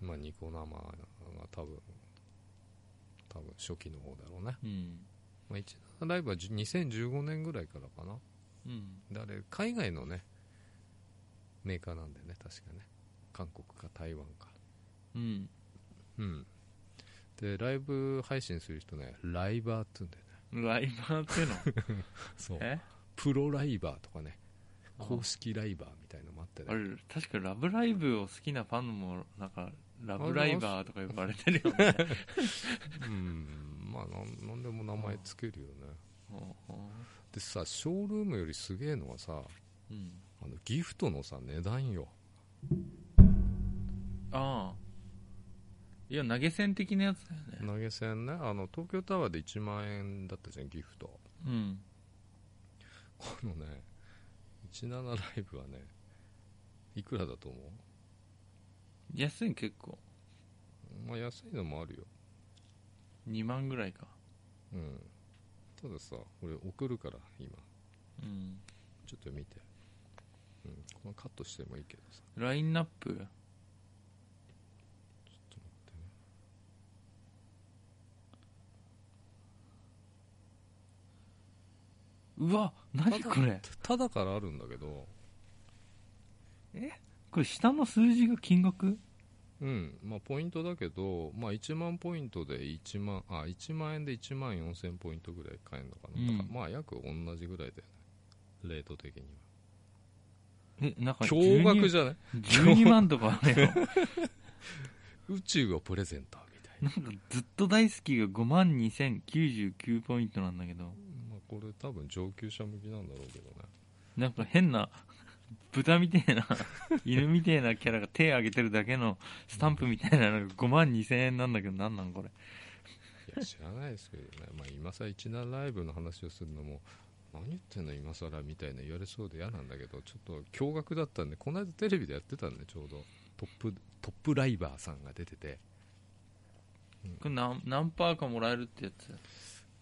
[SPEAKER 2] まあ、ニコ生が多分多分初期の方だろうね、
[SPEAKER 3] らうん
[SPEAKER 2] まあ、一度ライブは2015年ぐらいからかな
[SPEAKER 3] うん
[SPEAKER 2] であれ海外のねメーカーなんだよね確かね韓国か台湾か
[SPEAKER 3] うん
[SPEAKER 2] うんでライブ配信する人ねライバーって言うんだよね
[SPEAKER 3] ライバーっての
[SPEAKER 2] そう
[SPEAKER 3] え
[SPEAKER 2] プロライバーとかね
[SPEAKER 3] あ
[SPEAKER 2] 公式ライバーみたいのもあって
[SPEAKER 3] あ
[SPEAKER 2] ね
[SPEAKER 3] れ確か「ラブライブ!」を好きなファンもなんか「ラブライバー」とか呼ばれてるよね
[SPEAKER 2] うんまあなんなんでも名前つけるよね
[SPEAKER 3] う
[SPEAKER 2] でさショールームよりすげえのはさ
[SPEAKER 3] ん
[SPEAKER 2] あのギフトのさ値段よ
[SPEAKER 3] ああいや投げ銭的なやつだよね
[SPEAKER 2] 投げ銭ねあの東京タワーで1万円だったじゃんギフト
[SPEAKER 3] うん
[SPEAKER 2] このね17ライブはねいくらだと思
[SPEAKER 3] 安い結構
[SPEAKER 2] う、まあ、安いのもあるよ
[SPEAKER 3] 2万ぐらいか
[SPEAKER 2] うんたださ俺送るから今
[SPEAKER 3] うん
[SPEAKER 2] ちょっと見て、うん、このカットしてもいいけどさ
[SPEAKER 3] ラインナップ
[SPEAKER 2] ちょっと待ってね
[SPEAKER 3] うわ何これ
[SPEAKER 2] ただからあるんだけど
[SPEAKER 3] これ下の数字が金額
[SPEAKER 2] うんまあポイントだけど、まあ、1万ポイントで1万あ1万円で1万4000ポイントぐらい買えるのかな、
[SPEAKER 3] うん
[SPEAKER 2] だからまあ約同じぐらいだよねレート的には
[SPEAKER 3] えなんか
[SPEAKER 2] 驚愕
[SPEAKER 3] 12
[SPEAKER 2] じゃない
[SPEAKER 3] 12万とかあるよ
[SPEAKER 2] 宇宙がプレゼンターみたい
[SPEAKER 3] な
[SPEAKER 2] な、
[SPEAKER 3] んか [laughs] ずっと大好きが5万2099ポイントなんだけど
[SPEAKER 2] まあ、これ多分上級者向きなんだろうけどね
[SPEAKER 3] なんか変な豚みてえな犬みてえなキャラが手挙げてるだけのスタンプみたいなのが5万2000円なんだけどなんなんこれ
[SPEAKER 2] いや知らないですけどね、まあ、今さ一難ライブの話をするのも何言ってんの今更みたいな言われそうで嫌なんだけどちょっと驚愕だったんでこの間テレビでやってたんでちょうどトップトップライバーさんが出てて
[SPEAKER 3] これ何何パーかもらえるってやつ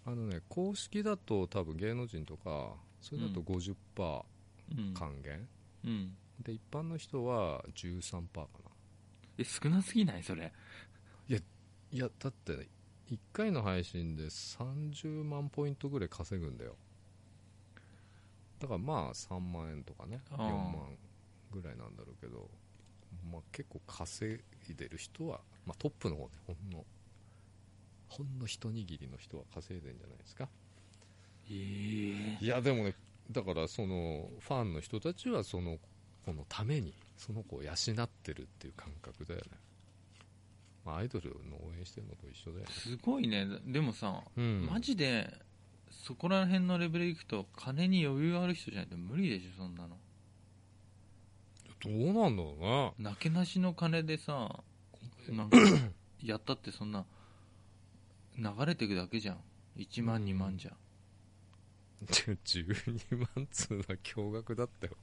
[SPEAKER 2] あのね公式だと多分芸能人とかそれだと
[SPEAKER 3] うん
[SPEAKER 2] 50%
[SPEAKER 3] うん、
[SPEAKER 2] 還元、
[SPEAKER 3] うん、
[SPEAKER 2] で一般の人は13%かな
[SPEAKER 3] え少なすぎないそれ
[SPEAKER 2] いやだってね1回の配信で30万ポイントぐらい稼ぐんだよだからまあ3万円とかね
[SPEAKER 3] あー
[SPEAKER 2] 4万ぐらいなんだろうけど、まあ、結構稼いでる人は、まあ、トップの方ねほんのほんの一握りの人は稼いでんじゃないですか
[SPEAKER 3] ええ
[SPEAKER 2] [laughs] いやでもねだからそのファンの人たちはその子のためにその子を養ってるっていう感覚だよね、まあ、アイドルの応援してるのと一緒だよね
[SPEAKER 3] すごいねでもさ、
[SPEAKER 2] うん
[SPEAKER 3] マジでそこら辺のレベルいくと金に余裕ある人じゃないと無理でしょそんなの
[SPEAKER 2] どうなんだろうな [laughs]
[SPEAKER 3] なけなしの金でさなん [coughs] かやったってそんな流れていくだけじゃん1万2万じゃん
[SPEAKER 2] 12万通は驚愕だったよ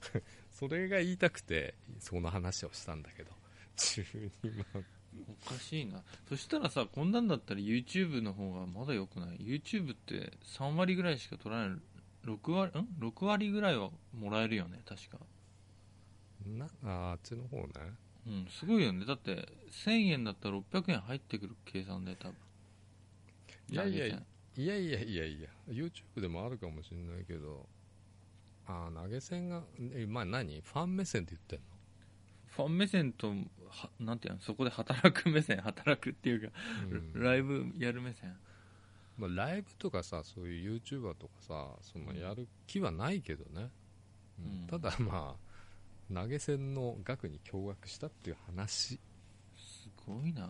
[SPEAKER 2] [laughs] それが言いたくてその話をしたんだけど12万
[SPEAKER 3] おかしいなそしたらさこんなんだったら YouTube の方がまだ良くない YouTube って3割ぐらいしか取られる6割ん6割ぐらいはもらえるよね確か
[SPEAKER 2] なああっちの方ね
[SPEAKER 3] うんすごいよねだって1000円だったら600円入ってくる計算で多分
[SPEAKER 2] いやい
[SPEAKER 3] 投
[SPEAKER 2] や
[SPEAKER 3] げ銭
[SPEAKER 2] いやいやいやいや YouTube でもあるかもしれないけどああ投げ銭がえまあ何ファン目線って言ってんの
[SPEAKER 3] ファン目線とはなんていうのそこで働く目線働くっていうか、 [laughs]
[SPEAKER 2] うん
[SPEAKER 3] ライブやる目線
[SPEAKER 2] まあ、ライブとかさそういう YouTuber とかさそのやる気はないけどね、うん
[SPEAKER 3] うん
[SPEAKER 2] ただまあ投げ銭の額に驚愕したっていう話
[SPEAKER 3] すごいな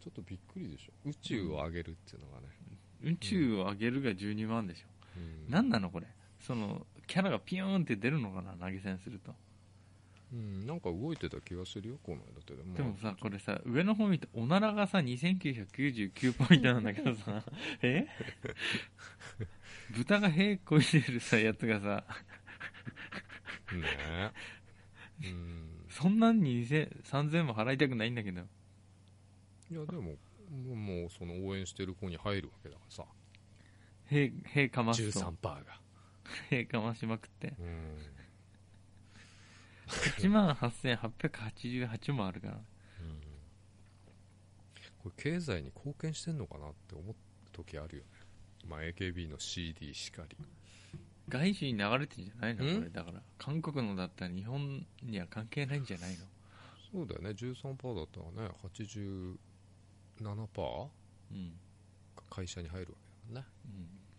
[SPEAKER 2] ちょっとびっくりでしょ宇宙を上げるっていうのがね、
[SPEAKER 3] 宇宙を上げるが12万でしょ、
[SPEAKER 2] うん
[SPEAKER 3] なん、何なのこれそのキャラがピヨーンって出るのかな投げ銭すると
[SPEAKER 2] うん、なんか動いてた気がするよこの間ってでも
[SPEAKER 3] でもさこれさ上の方見ておならがさ2999ポイントなんだけど
[SPEAKER 2] [laughs]
[SPEAKER 3] さえ豚が屁こいてるさやつがさ
[SPEAKER 2] ねえうん
[SPEAKER 3] そんなんに2000 3000も払いたくないんだけど
[SPEAKER 2] いやでももうもうその応援してる子に入るわけだからさ
[SPEAKER 3] 屁屁かます
[SPEAKER 2] 13%
[SPEAKER 3] と
[SPEAKER 2] が
[SPEAKER 3] 屁かましまくって
[SPEAKER 2] うん
[SPEAKER 3] 1万8888もあるから
[SPEAKER 2] うんこれ経済に貢献してんのかなって思う時あるよね、まあ、AKB の CD しかり
[SPEAKER 3] 外資に流れてんじゃないの
[SPEAKER 2] ん
[SPEAKER 3] これだから韓国のだったら日本には関係ないんじゃないの
[SPEAKER 2] そうだよね13%だったらね87%
[SPEAKER 3] うん、
[SPEAKER 2] 会社に入るわけだもんね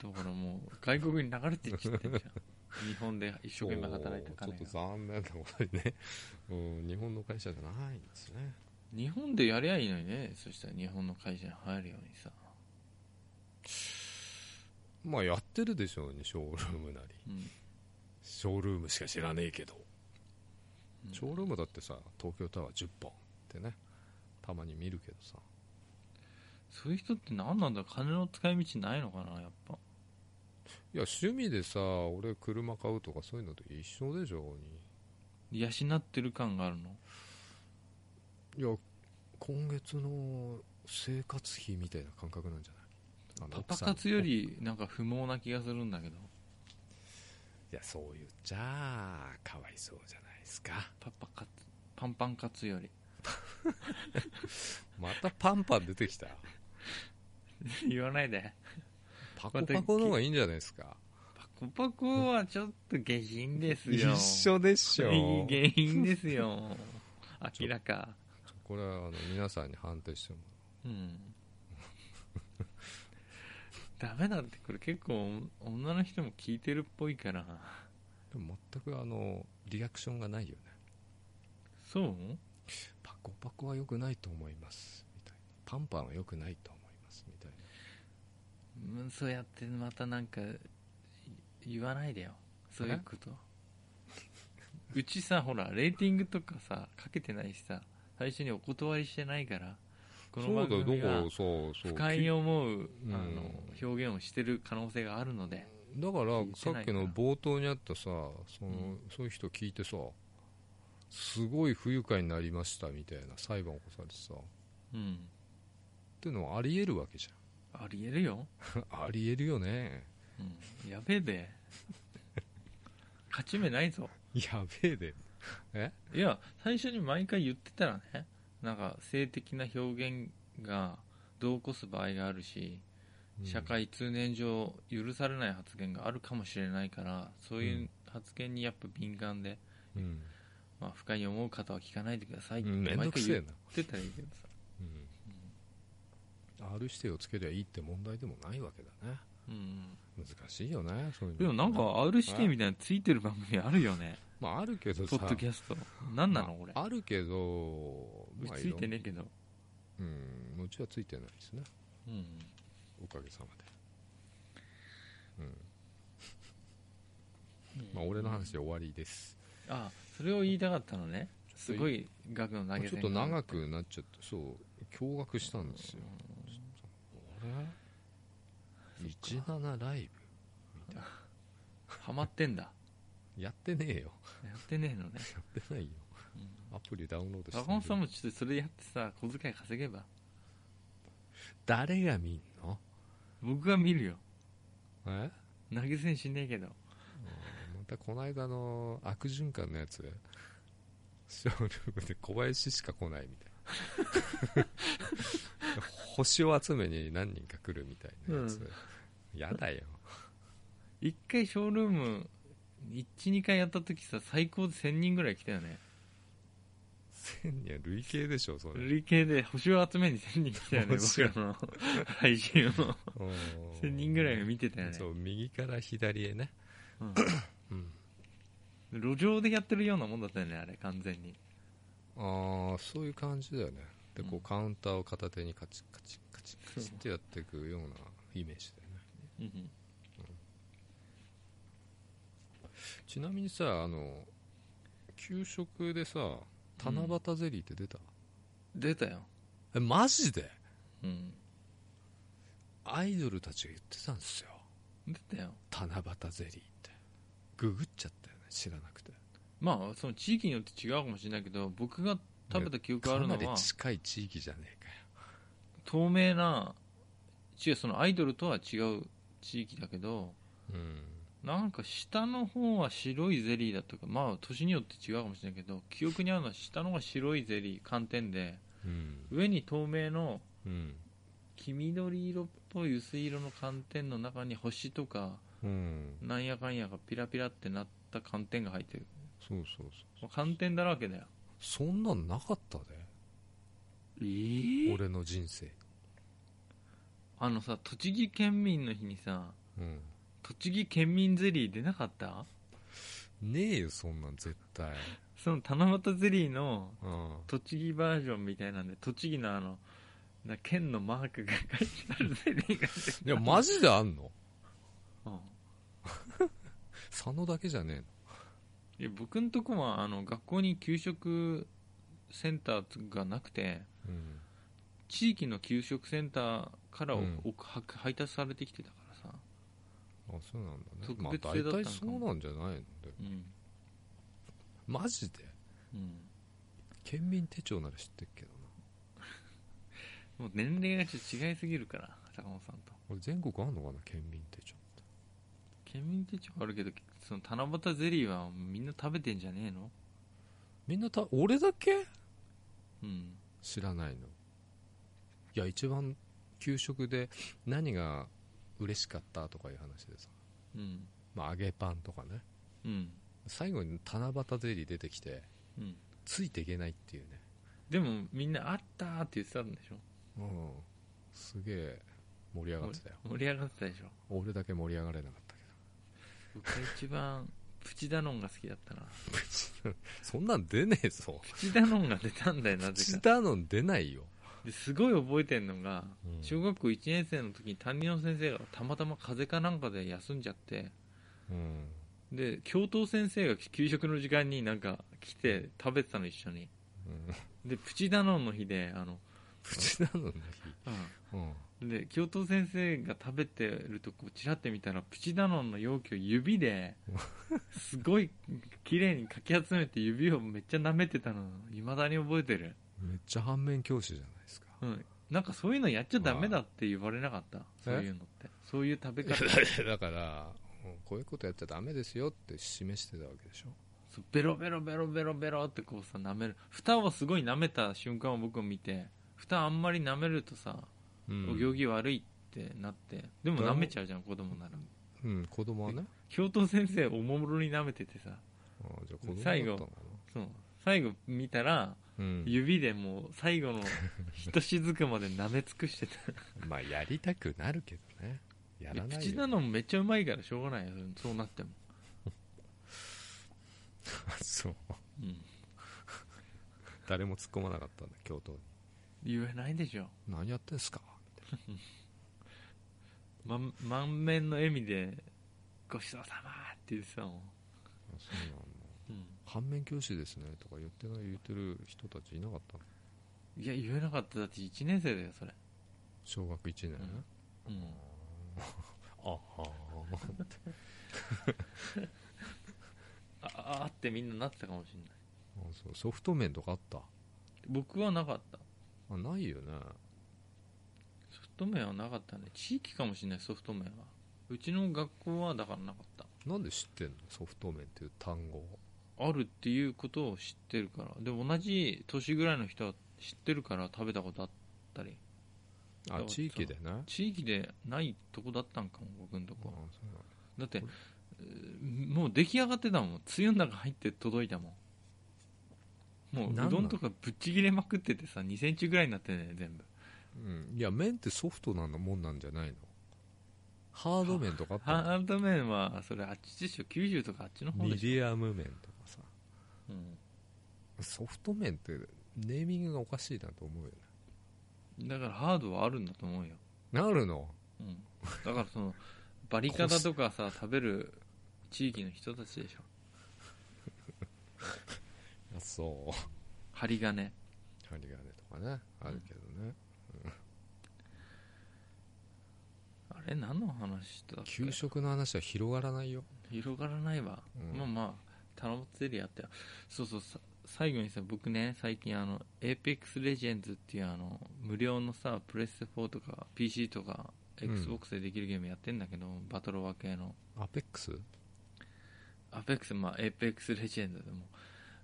[SPEAKER 3] うん、だからもう外国に流れてっちゃってんじゃん日本で一生懸命働いた金
[SPEAKER 2] そうち
[SPEAKER 3] が
[SPEAKER 2] ょっと残念なことにね、うん、日本の会社じゃないんですね
[SPEAKER 3] 日本でやりゃいいのにねそしたら日本の会社に入るようにさ、
[SPEAKER 2] まあやってるでしょうねショールームなり
[SPEAKER 3] うん
[SPEAKER 2] ショールームしか知らねえけど、
[SPEAKER 3] うん
[SPEAKER 2] ショールームだってさ東京タワー10本ってねたまに見るけどさ
[SPEAKER 3] そういう人って何なんだ金の使い道ないのかなやっぱ
[SPEAKER 2] いや趣味でさ俺車買うとかそういうのと一緒でしょ
[SPEAKER 3] 養ってる感があるの
[SPEAKER 2] にいや今月の生活費みたいな感覚なんじゃないあ
[SPEAKER 3] パ
[SPEAKER 2] の奥
[SPEAKER 3] パ
[SPEAKER 2] さん
[SPEAKER 3] 活よりなんか不毛な気がするんだけど
[SPEAKER 2] いやそう言っちゃあかわいそうじゃないですか
[SPEAKER 3] パパ活パンパン活より
[SPEAKER 2] またパンパン出てきた
[SPEAKER 3] 言わないで
[SPEAKER 2] パコパコの方がいいんじゃないですか
[SPEAKER 3] パコパコはちょっと下品ですよ。
[SPEAKER 2] 一緒でしょ
[SPEAKER 3] 下品ですよ。 [laughs] 明らか。
[SPEAKER 2] これはあの皆さんに判定しても
[SPEAKER 3] [laughs] うん。ダメだって、これ結構女の人も聞いてるっぽいから。
[SPEAKER 2] らうでも全くあのリアクションがないよね
[SPEAKER 3] そう
[SPEAKER 2] パコパコは良くないと思いますみたいなパンパンは良くないと思いますみたいな
[SPEAKER 3] うんそうやってまたなんかい言わないでよそういうこと [laughs] うちさほらレーティングとかさかけてないしさ最初にお断りしてないからこの番組は
[SPEAKER 2] そう
[SPEAKER 3] 不快に思う
[SPEAKER 2] うん
[SPEAKER 3] あの表現をしてる可能性があるので
[SPEAKER 2] だから
[SPEAKER 3] 聞いて
[SPEAKER 2] さ
[SPEAKER 3] な
[SPEAKER 2] っ
[SPEAKER 3] い
[SPEAKER 2] き
[SPEAKER 3] かな
[SPEAKER 2] の冒頭にあったさその、
[SPEAKER 3] うん
[SPEAKER 2] そういう人聞いてさすごい不愉快になりましたみたいな裁判起こされてさっ
[SPEAKER 3] うん
[SPEAKER 2] ていうのはありえるわけじ
[SPEAKER 3] ありえるよ、
[SPEAKER 2] ゃん [laughs] ありえるよね
[SPEAKER 3] うん、やべえで勝ち目ないぞ
[SPEAKER 2] やべえで
[SPEAKER 3] いや最初に毎回言ってたらねなんか性的な表現がどう起こす場合があるし
[SPEAKER 2] うん
[SPEAKER 3] 社会通念上許されない発言があるかもしれないからそういう発言にやっぱ敏感で、
[SPEAKER 2] うん
[SPEAKER 3] まあ、不快に思う方は聞かないでくださいって
[SPEAKER 2] うんめんど
[SPEAKER 3] 毎
[SPEAKER 2] く
[SPEAKER 3] 回
[SPEAKER 2] せ
[SPEAKER 3] 言
[SPEAKER 2] え
[SPEAKER 3] っ
[SPEAKER 2] な、
[SPEAKER 3] てたらいいけどさ、
[SPEAKER 2] うん、R 指定をつけりゃいいって問題でもないわけだね
[SPEAKER 3] うん
[SPEAKER 2] 難しいよねそういうの
[SPEAKER 3] でもなんか R 指定みたいなのついてる番組あるよね
[SPEAKER 2] まああるけど
[SPEAKER 3] ポ
[SPEAKER 2] さ
[SPEAKER 3] ッドキャスト何なのこれ
[SPEAKER 2] あるけど、まあ
[SPEAKER 3] ついてねえ
[SPEAKER 2] ろ
[SPEAKER 3] けど、
[SPEAKER 2] んうんうちはついてないですね
[SPEAKER 3] うん、
[SPEAKER 2] おかげさまで、うんまあ、俺の話で終わりです、
[SPEAKER 3] あそれを言いたかったのねすごい額の投げ銭
[SPEAKER 2] ちょっと長くなっちゃってそう驚愕したんですよ、あれ17ライ
[SPEAKER 3] ハマってんだ
[SPEAKER 2] ブやってねえよ
[SPEAKER 3] やってねえのね、
[SPEAKER 2] やってないよアプリダウンロードして
[SPEAKER 3] 高本さんもちょっとそれやってさ小遣い稼げば
[SPEAKER 2] 誰が見んの
[SPEAKER 3] 僕が見るよ
[SPEAKER 2] え
[SPEAKER 3] 投げ銭しねえけど
[SPEAKER 2] またこの間の悪循環のやつショールームで小林しか来ないみた
[SPEAKER 3] [laughs]
[SPEAKER 2] いな星を集めに何人か来るみたいなやつ、やだよ
[SPEAKER 3] 一回ショールーム12回やった時さ最高で1000人ぐらい来たよね
[SPEAKER 2] 千人は累計でしょそれ
[SPEAKER 3] 累計で星を集めに1000人来たよ [laughs] ね
[SPEAKER 2] 面白い
[SPEAKER 3] 僕らの配信を1000
[SPEAKER 2] 1000
[SPEAKER 3] 人ぐらいが見てたよね
[SPEAKER 2] そう右から左へね、うん、
[SPEAKER 3] うん路上でやってるようなもんだったよねあれ完全に
[SPEAKER 2] ああそういう感じだよねでこ
[SPEAKER 3] う
[SPEAKER 2] うんカウンターを片手にカチッカチッカチッカチッってやっていくようなイメージだよね
[SPEAKER 3] うん
[SPEAKER 2] ちなみにさあの給食でさ七夕ゼリーって出た、
[SPEAKER 3] 出たよ、
[SPEAKER 2] えマジで
[SPEAKER 3] うん、
[SPEAKER 2] アイドルたちが言ってたんですよ
[SPEAKER 3] 出たよ
[SPEAKER 2] 七夕ゼリーってググっちゃったよね知らなくて
[SPEAKER 3] まあその地域によって違うかもしれないけど僕が食べた記憶があ
[SPEAKER 2] か
[SPEAKER 3] るの
[SPEAKER 2] なり
[SPEAKER 3] は
[SPEAKER 2] 近い地域じゃねえかよ
[SPEAKER 3] 透明な違うそのアイドルとは違う地域だけど
[SPEAKER 2] うん
[SPEAKER 3] なんか下の方は白いゼリーだとかまあ年によって違うかもしれないけど記憶にあるのは下の方が白いゼリー寒天で
[SPEAKER 2] うん
[SPEAKER 3] 上に透明の
[SPEAKER 2] うん
[SPEAKER 3] 黄緑色っぽい薄い色の寒天の中に星とか
[SPEAKER 2] うん
[SPEAKER 3] なんやかんやがピラピラってなった寒天が入ってる
[SPEAKER 2] そうそう
[SPEAKER 3] もう寒天だらけだよ
[SPEAKER 2] そうそんなんなかったで、
[SPEAKER 3] え
[SPEAKER 2] 俺の人生
[SPEAKER 3] あのさ栃木県民の日にさ
[SPEAKER 2] うん
[SPEAKER 3] 栃木県民ゼリー出なかった
[SPEAKER 2] ねえよそんなん絶対
[SPEAKER 3] その七夕ゼリーの [laughs]
[SPEAKER 2] うん
[SPEAKER 3] 栃木バージョンみたいなんで栃木のあのな県のマークが書いてあるゼリーが出
[SPEAKER 2] いやマジであんの
[SPEAKER 3] た、うん
[SPEAKER 2] 佐野だけじゃね
[SPEAKER 3] いや僕んとこはあの学校に給食センターがなくて
[SPEAKER 2] えのうん
[SPEAKER 3] 地域の給食センターからお、
[SPEAKER 2] うん
[SPEAKER 3] おは配達されてきてたからさ、
[SPEAKER 2] あそうなんだね
[SPEAKER 3] 特
[SPEAKER 2] まあ
[SPEAKER 3] 別
[SPEAKER 2] 大
[SPEAKER 3] 性だったん
[SPEAKER 2] 体
[SPEAKER 3] か
[SPEAKER 2] そ
[SPEAKER 3] も
[SPEAKER 2] うなんじゃないので
[SPEAKER 3] うん
[SPEAKER 2] マジで
[SPEAKER 3] うん、
[SPEAKER 2] 県民手帳なら知ってるけどな
[SPEAKER 3] もう年齢がちょっと違いすぎるから坂本さんと
[SPEAKER 2] 俺全国あんのかな県民手帳って
[SPEAKER 3] 県民手帳あるけどその七夕ゼリーはみんな食べてんじゃねえの
[SPEAKER 2] みんなた俺だけ
[SPEAKER 3] うん
[SPEAKER 2] 知らないのいや一番給食で何が嬉しかったとかいう話でさ、
[SPEAKER 3] うん
[SPEAKER 2] まあ、揚げパンとかね
[SPEAKER 3] うん
[SPEAKER 2] 最後に七夕ゼリー出てきて
[SPEAKER 3] うん
[SPEAKER 2] ついていけないっていうね
[SPEAKER 3] でもみんな「あった!」って言ってたんでしょ
[SPEAKER 2] うんすげえ盛り上がってたよ
[SPEAKER 3] 盛り上がってたでしょ
[SPEAKER 2] 俺だけ盛り上がれなかったけど
[SPEAKER 3] 僕が一番プチダノンが好きだったな
[SPEAKER 2] そんなん出ねえぞ
[SPEAKER 3] プチダノンが出たんだよなぜ
[SPEAKER 2] 口
[SPEAKER 3] か
[SPEAKER 2] だの出ないよ、
[SPEAKER 3] ですごい覚えてんのが
[SPEAKER 2] うん
[SPEAKER 3] 小学校1年生の時に担任の先生がたまたま風邪かなんかで休んじゃって
[SPEAKER 2] うん、
[SPEAKER 3] で教頭先生が給食の時間になんか来て食べてたの一緒に
[SPEAKER 2] [laughs] うん
[SPEAKER 3] でプチダノンの日であの、
[SPEAKER 2] 口だのの日、うん、
[SPEAKER 3] で教頭先生が食べてるとこちらって見たらプチダノンの容器を指
[SPEAKER 2] [laughs]
[SPEAKER 3] ですごい綺麗にかき集めて指をめっちゃ舐めてたのいまだに覚えてる、
[SPEAKER 2] めっちゃ反面教師じゃないですか
[SPEAKER 3] うん、なんかそういうのやっちゃダメだって言われなかったそういうのってそういう食べ方
[SPEAKER 2] [laughs]
[SPEAKER 3] [laughs]
[SPEAKER 2] だからうんこういうことやっちゃダメですよって示してたわけでしょ
[SPEAKER 3] そうベロベロベロベロベロってこうさ舐める蓋をすごい舐めた瞬間を僕を見て蓋あんまり舐めるとさ、
[SPEAKER 2] うん
[SPEAKER 3] お行儀悪いってなってでも舐めちゃうじゃん子供なら
[SPEAKER 2] うん、子供はね
[SPEAKER 3] 教頭先生おもむろに舐めててさ
[SPEAKER 2] あじゃあ子供だった
[SPEAKER 3] 最
[SPEAKER 2] の
[SPEAKER 3] 後
[SPEAKER 2] かな、
[SPEAKER 3] そう最後見たら
[SPEAKER 2] うん、
[SPEAKER 3] 指でもう最
[SPEAKER 2] [laughs]
[SPEAKER 3] 後のひとしずくまで舐め尽くしてた
[SPEAKER 2] まあやりたくなるけどねやらない
[SPEAKER 3] 口な
[SPEAKER 2] よ
[SPEAKER 3] のもめっちゃうまいからしょうがないよそうなっても、
[SPEAKER 2] [laughs] そう
[SPEAKER 3] うん、
[SPEAKER 2] 誰も突っ込まなかったんだ教頭に
[SPEAKER 3] 言えないでしょ
[SPEAKER 2] 何やってんすか
[SPEAKER 3] ま満面の笑みで「ごちそうさま」って言ってたもん、
[SPEAKER 2] あそうなんだ
[SPEAKER 3] うん
[SPEAKER 2] 反面教師ですねとか言ってない言ってる人たちいなかったの
[SPEAKER 3] いや言えなかっただって1年生だよそれ、
[SPEAKER 2] 小学1年、
[SPEAKER 3] うん
[SPEAKER 2] [laughs]
[SPEAKER 3] うん
[SPEAKER 2] ああ
[SPEAKER 3] あああってみんななってたかもしれない
[SPEAKER 2] そうソフト面とかあった
[SPEAKER 3] 僕はなかった
[SPEAKER 2] あないよね
[SPEAKER 3] ソフト面はなかったね地域かもしれないソフト面はうちの学校はだからなかった
[SPEAKER 2] なんで知ってんのソフト面っていう単語を
[SPEAKER 3] あるっていうことを知ってるからで同じ年ぐらいの人は知ってるから食べたことあったり
[SPEAKER 2] あ
[SPEAKER 3] そう
[SPEAKER 2] 地域でね
[SPEAKER 3] 地域でないとこだったんかも僕のとこは
[SPEAKER 2] あそうなんだ
[SPEAKER 3] だってえーもう出来上がってたもん梅雨の中入って届いたもんもう
[SPEAKER 2] なんなん
[SPEAKER 3] うどんとかぶっちぎれまくっててさ2センチぐらいになってね全部
[SPEAKER 2] うんいや麺ってソフトなのもんなんじゃないのハード麺とかあったの
[SPEAKER 3] ハード麺はそれあっちでしょ90とかあっちの方
[SPEAKER 2] ミ
[SPEAKER 3] で
[SPEAKER 2] デ
[SPEAKER 3] しょ、
[SPEAKER 2] ィアム麺とかさ
[SPEAKER 3] う
[SPEAKER 2] ソフト麺ってネーミングがおかしいなと思うよね
[SPEAKER 3] ん、だからハードはあるんだと思うよ、
[SPEAKER 2] なるの
[SPEAKER 3] うん、だからそのバリカタとかさ食べる地域の人たちでしょ
[SPEAKER 2] あそう
[SPEAKER 3] 針金
[SPEAKER 2] 針金とかねあるけどね、
[SPEAKER 3] あれ何の話だっけ
[SPEAKER 2] 給食の話は広がらないよ
[SPEAKER 3] 広がらないわ、
[SPEAKER 2] うん
[SPEAKER 3] まあまあ頼もつりやったよそうそうさ最後にさ僕ね最近あの APEX レジェンズっていうあの無料のさプレステ4とか PC とか
[SPEAKER 2] うん
[SPEAKER 3] XBOX でできるゲームやってんだけど、バトロワ系の
[SPEAKER 2] アペックス
[SPEAKER 3] APEX まあ APEX レジェンズでも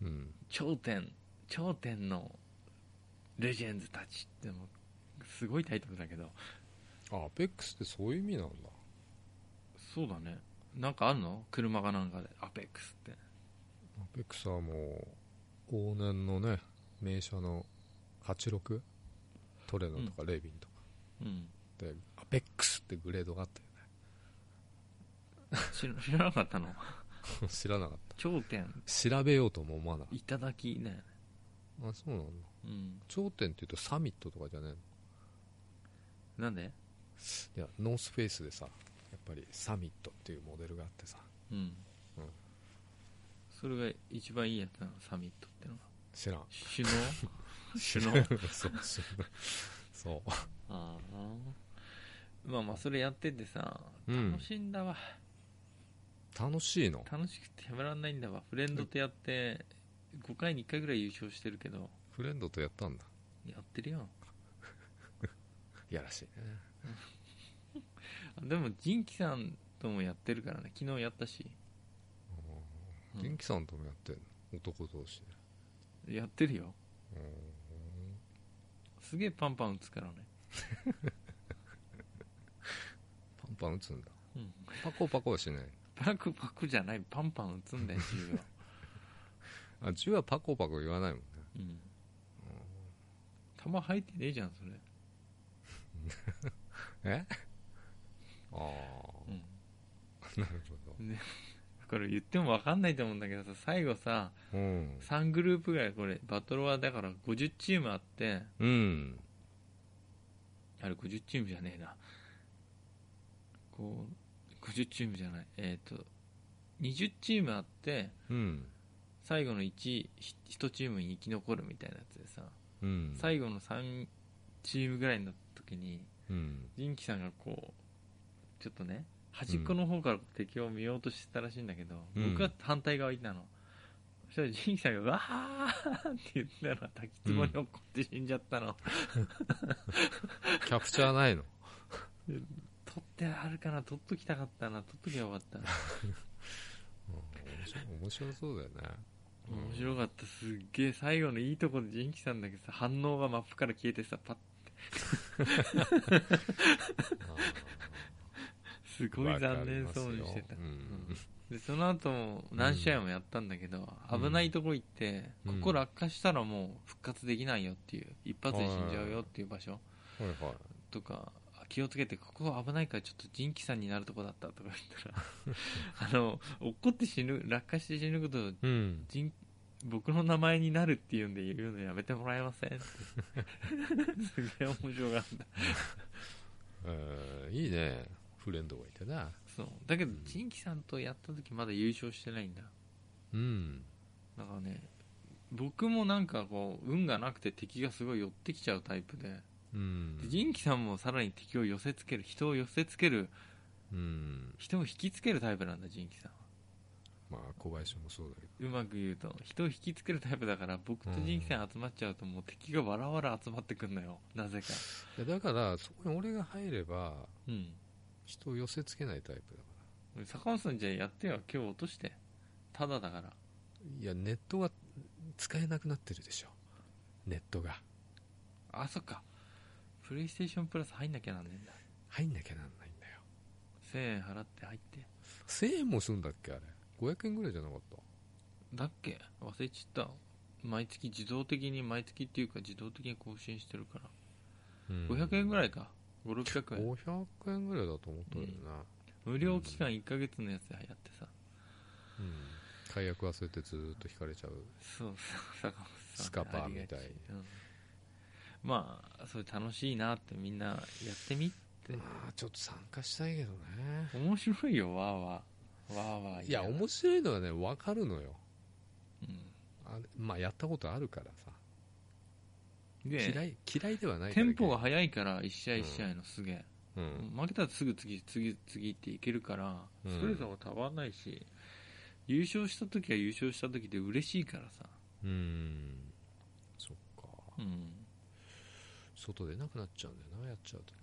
[SPEAKER 2] うん
[SPEAKER 3] 頂点頂点のレジェンズたちってもうすごいタイトルだけど
[SPEAKER 2] あアペックスってそういう意味なんだ
[SPEAKER 3] そうだねなんかあるの車かなんかで APEX って
[SPEAKER 2] アペックスはもう往年のね名車の86トレノとかレビンとか
[SPEAKER 3] うん
[SPEAKER 2] で、アペックスってグレードがあった
[SPEAKER 3] 知ら知らなかったの
[SPEAKER 2] よね [laughs] 知らなかった
[SPEAKER 3] 頂点
[SPEAKER 2] 調べようとも思わなかっ
[SPEAKER 3] いただきだよね
[SPEAKER 2] たあそうなんだ
[SPEAKER 3] うん
[SPEAKER 2] 頂点っていうとサミットとかじゃねえの
[SPEAKER 3] なんで
[SPEAKER 2] いやノースフェイスでさやっぱりサミットっていうモデルがあってさ
[SPEAKER 3] うん、
[SPEAKER 2] うん
[SPEAKER 3] それが一番いいやつなのサミットってのが
[SPEAKER 2] 知らん
[SPEAKER 3] 首脳首脳
[SPEAKER 2] [laughs] そうそうそう
[SPEAKER 3] [laughs] ああまあまあそれやっててさ
[SPEAKER 2] うん
[SPEAKER 3] 楽しいんだわ、
[SPEAKER 2] 楽しいの
[SPEAKER 3] 楽しくてやめらんないんだわフレンドとやって5回に1回ぐらい優勝してるけど
[SPEAKER 2] フレンドとやったんだ
[SPEAKER 3] やってるよ
[SPEAKER 2] いやらしいね
[SPEAKER 3] あでも仁キさんともやってるからね昨日やったし、うん
[SPEAKER 2] 元気さんともやってんの男同士で
[SPEAKER 3] やってるよ
[SPEAKER 2] うーん
[SPEAKER 3] すげえパンパン打つからね
[SPEAKER 2] パンパン打つんだ
[SPEAKER 3] うん
[SPEAKER 2] パコパコはしない
[SPEAKER 3] パクパクじゃないパンパン打つんだよ自由は
[SPEAKER 2] あ銃はパコパコ言わないもんね
[SPEAKER 3] うん弾入ってねえじゃんそれ、
[SPEAKER 2] えああ
[SPEAKER 3] うん
[SPEAKER 2] なるほど
[SPEAKER 3] ねこれ言っても分かんないと思うんだけどさ最後さ
[SPEAKER 2] うん
[SPEAKER 3] 3グループぐらいこれバトルはだから50チームあって
[SPEAKER 2] うん
[SPEAKER 3] あれ50チームじゃねえなこう50チームじゃないえっ、と20チームあって
[SPEAKER 2] うん
[SPEAKER 3] 最後の1ひ1チームに生き残るみたいなやつでさ、
[SPEAKER 2] うん
[SPEAKER 3] 最後の3チームぐらいになった時に
[SPEAKER 2] うん
[SPEAKER 3] ジンキさんがこうちょっとね端っこの方から敵を見ようとしてたらしいんだけど、
[SPEAKER 2] うん
[SPEAKER 3] 僕は反対側にいたのそしたらジンキさんが「わー!」って言ったら滝つぼに落っこって死んじゃったの、
[SPEAKER 2] キャプチャーないの
[SPEAKER 3] 取ってあるかな取っときたかったな取っときゃよかったな
[SPEAKER 2] 面白面白そうだよ
[SPEAKER 3] [laughs]
[SPEAKER 2] ね
[SPEAKER 3] 面白かったすっげえ最後のいいところでジンキさんだけさ反応がマップから消えてさパッ
[SPEAKER 2] あ
[SPEAKER 3] す
[SPEAKER 2] ー
[SPEAKER 3] ごい残念そうにしてた
[SPEAKER 2] わかりますようん
[SPEAKER 3] でその後も何試合もやったんだけど、
[SPEAKER 2] うん
[SPEAKER 3] 危ないとこ行って、
[SPEAKER 2] うん
[SPEAKER 3] ここ落下したらもう復活できないよっていう一発で死んじゃうよっていう場所
[SPEAKER 2] はいはい
[SPEAKER 3] とかあ気をつけてここは危ないからちょっと人気さんになるとこだったとか
[SPEAKER 2] [laughs]
[SPEAKER 3] 言ったらあの落っこって死ぬ落下して死ぬことを
[SPEAKER 2] うん
[SPEAKER 3] 人僕の名前になるっていうんで言うのやめてもらえませんって
[SPEAKER 2] [laughs]
[SPEAKER 3] すげえ面白かった
[SPEAKER 2] えーいいねフレンドがいてな
[SPEAKER 3] そうだけど人気さんとやった時まだ優勝してないんだ
[SPEAKER 2] うん
[SPEAKER 3] だからね僕もなんかこう運がなくて敵がすごい寄ってきちゃうタイプで
[SPEAKER 2] うん
[SPEAKER 3] で仁キさんもさらに敵を寄せつける人を寄せつける
[SPEAKER 2] うん
[SPEAKER 3] 人を引きつけるタイプなんだ仁キさんは
[SPEAKER 2] まあ小林もそうだけ
[SPEAKER 3] う
[SPEAKER 2] ど
[SPEAKER 3] まく言うと人を引きつけるタイプだから僕と仁キさん集まっちゃうともう敵がわらわら集まってくんだよなぜか
[SPEAKER 2] いやだからそこに俺が入れば
[SPEAKER 3] うん
[SPEAKER 2] 人を寄せつけないタイプだか
[SPEAKER 3] 坂本さんじゃあやってよ今日落としてただだから
[SPEAKER 2] らいやネットが使えなくなってるでしょネットが
[SPEAKER 3] あそっかプレイステーションプラス入んなきゃなんねえんだ
[SPEAKER 2] 入んなきゃなんないんだよ
[SPEAKER 3] 1000円払って入って
[SPEAKER 2] 1000円もするんだっけあれ500円ぐらいじゃなかった
[SPEAKER 3] だっけ忘れちった毎月自動的に毎月っていうか自動的に更新してるから、500円ぐらいか5600円
[SPEAKER 2] 500円ぐらいだと思ったよね、
[SPEAKER 3] 無料期間1ヶ月のやつでやってさ
[SPEAKER 2] うん解約忘れてずーっと引かれちゃう
[SPEAKER 3] そうそう坂本さん
[SPEAKER 2] スカパー
[SPEAKER 3] ありがち
[SPEAKER 2] みたいに
[SPEAKER 3] うんまあそれ楽しいなってみんなやってみって
[SPEAKER 2] まあちょっと参加したいけどね
[SPEAKER 3] 面白いよわーわーわーわー
[SPEAKER 2] いや
[SPEAKER 3] うん
[SPEAKER 2] 面白いのはね分かるのよあれまあやったことあるからさ嫌
[SPEAKER 3] で
[SPEAKER 2] い嫌いではないか
[SPEAKER 3] テ
[SPEAKER 2] ら
[SPEAKER 3] ンポが速いから1試合1試合のすげえ、
[SPEAKER 2] うん
[SPEAKER 3] 負けたらすぐ次次次っていけるから
[SPEAKER 2] うん
[SPEAKER 3] ストレスもたまんないし、優勝した時は優勝した時で嬉しいからさ、
[SPEAKER 2] うんそっか
[SPEAKER 3] うん、
[SPEAKER 2] 外出なくなっちゃうんだよなやっちゃうとな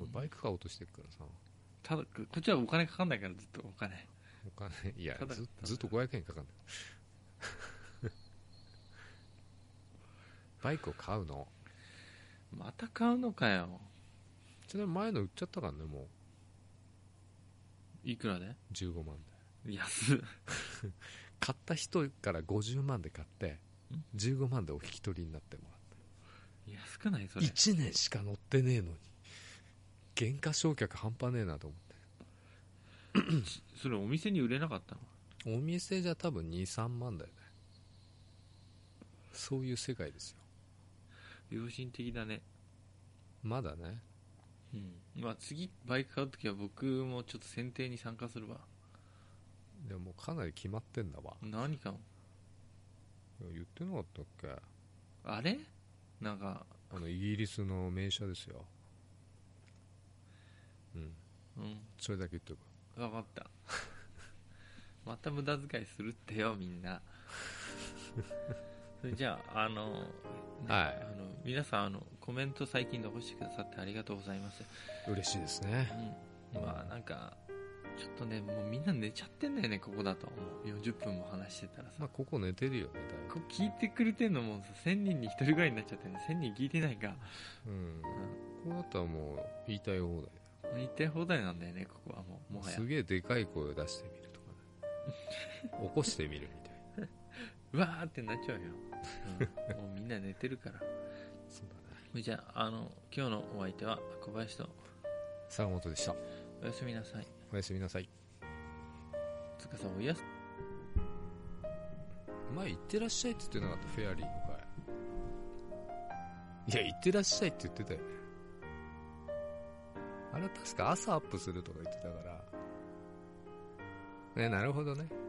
[SPEAKER 2] 俺バイク買おうとしてるからさ
[SPEAKER 3] ただここっちはお金かかんないからずっとお金
[SPEAKER 2] お金いや
[SPEAKER 3] ただ
[SPEAKER 2] ずずっと500円かかんない
[SPEAKER 3] [laughs]
[SPEAKER 2] バイクを買うの
[SPEAKER 3] また買うのかよ
[SPEAKER 2] ちなみに前の売っちゃったからねも
[SPEAKER 3] いくらで
[SPEAKER 2] う15万で
[SPEAKER 3] 安っ
[SPEAKER 2] 買った人から50万で買って
[SPEAKER 3] ん
[SPEAKER 2] 15万でお引き取りになっても
[SPEAKER 3] 安くないそ
[SPEAKER 2] ら
[SPEAKER 3] れ
[SPEAKER 2] った1年しか乗ってねえのに原価償却半端ねえなと思
[SPEAKER 3] それお店に売れなかったの
[SPEAKER 2] ってお店じゃ多分23万だよねそういう世界ですよ
[SPEAKER 3] 良心的だね
[SPEAKER 2] まだね
[SPEAKER 3] うんまあ次バイク買う時は僕もちょっと選定に参加するわ
[SPEAKER 2] でもかなり決まってんだわ
[SPEAKER 3] 何か
[SPEAKER 2] いや言ってなかったっけ
[SPEAKER 3] あれなんか
[SPEAKER 2] あのイギリスの名車ですようん
[SPEAKER 3] うん
[SPEAKER 2] それだけ言っとく
[SPEAKER 3] 分かった [laughs] また無駄遣いするってよみんな [laughs] それじゃああの、ね
[SPEAKER 2] はい
[SPEAKER 3] あの皆さんあのコメント最近残してくださってありがとうございます、
[SPEAKER 2] 嬉しいですね
[SPEAKER 3] うん、まあなんかちょっとねもうみんな寝ちゃってんだよねここだともう40分も話してたらさ、
[SPEAKER 2] まあここ寝てるよね
[SPEAKER 3] こう聞いてくれてんのもさ1000人に1人ぐらいになっちゃってね1000人聞いてないか
[SPEAKER 2] だいぶうんこうだったらもう言いたい放題
[SPEAKER 3] 言いたい放題なんだよねここはもうもはや
[SPEAKER 2] すげえでかい声を出してみるとかね起こしてみるみたいな
[SPEAKER 3] うわーってなっちゃうよ、うんもうみんな寝てるから
[SPEAKER 2] そうだ
[SPEAKER 3] [laughs]
[SPEAKER 2] ね
[SPEAKER 3] じゃああの今日のお相手は小林と
[SPEAKER 2] 坂本でした
[SPEAKER 3] おやすみなさい
[SPEAKER 2] おやすみなさい
[SPEAKER 3] つうかさおやす
[SPEAKER 2] 前行ってらっしゃいって言ってなかったフェアリーの回いや行ってらっしゃいって言ってたよねあれは確か朝アップするとか言ってたからねなるほどね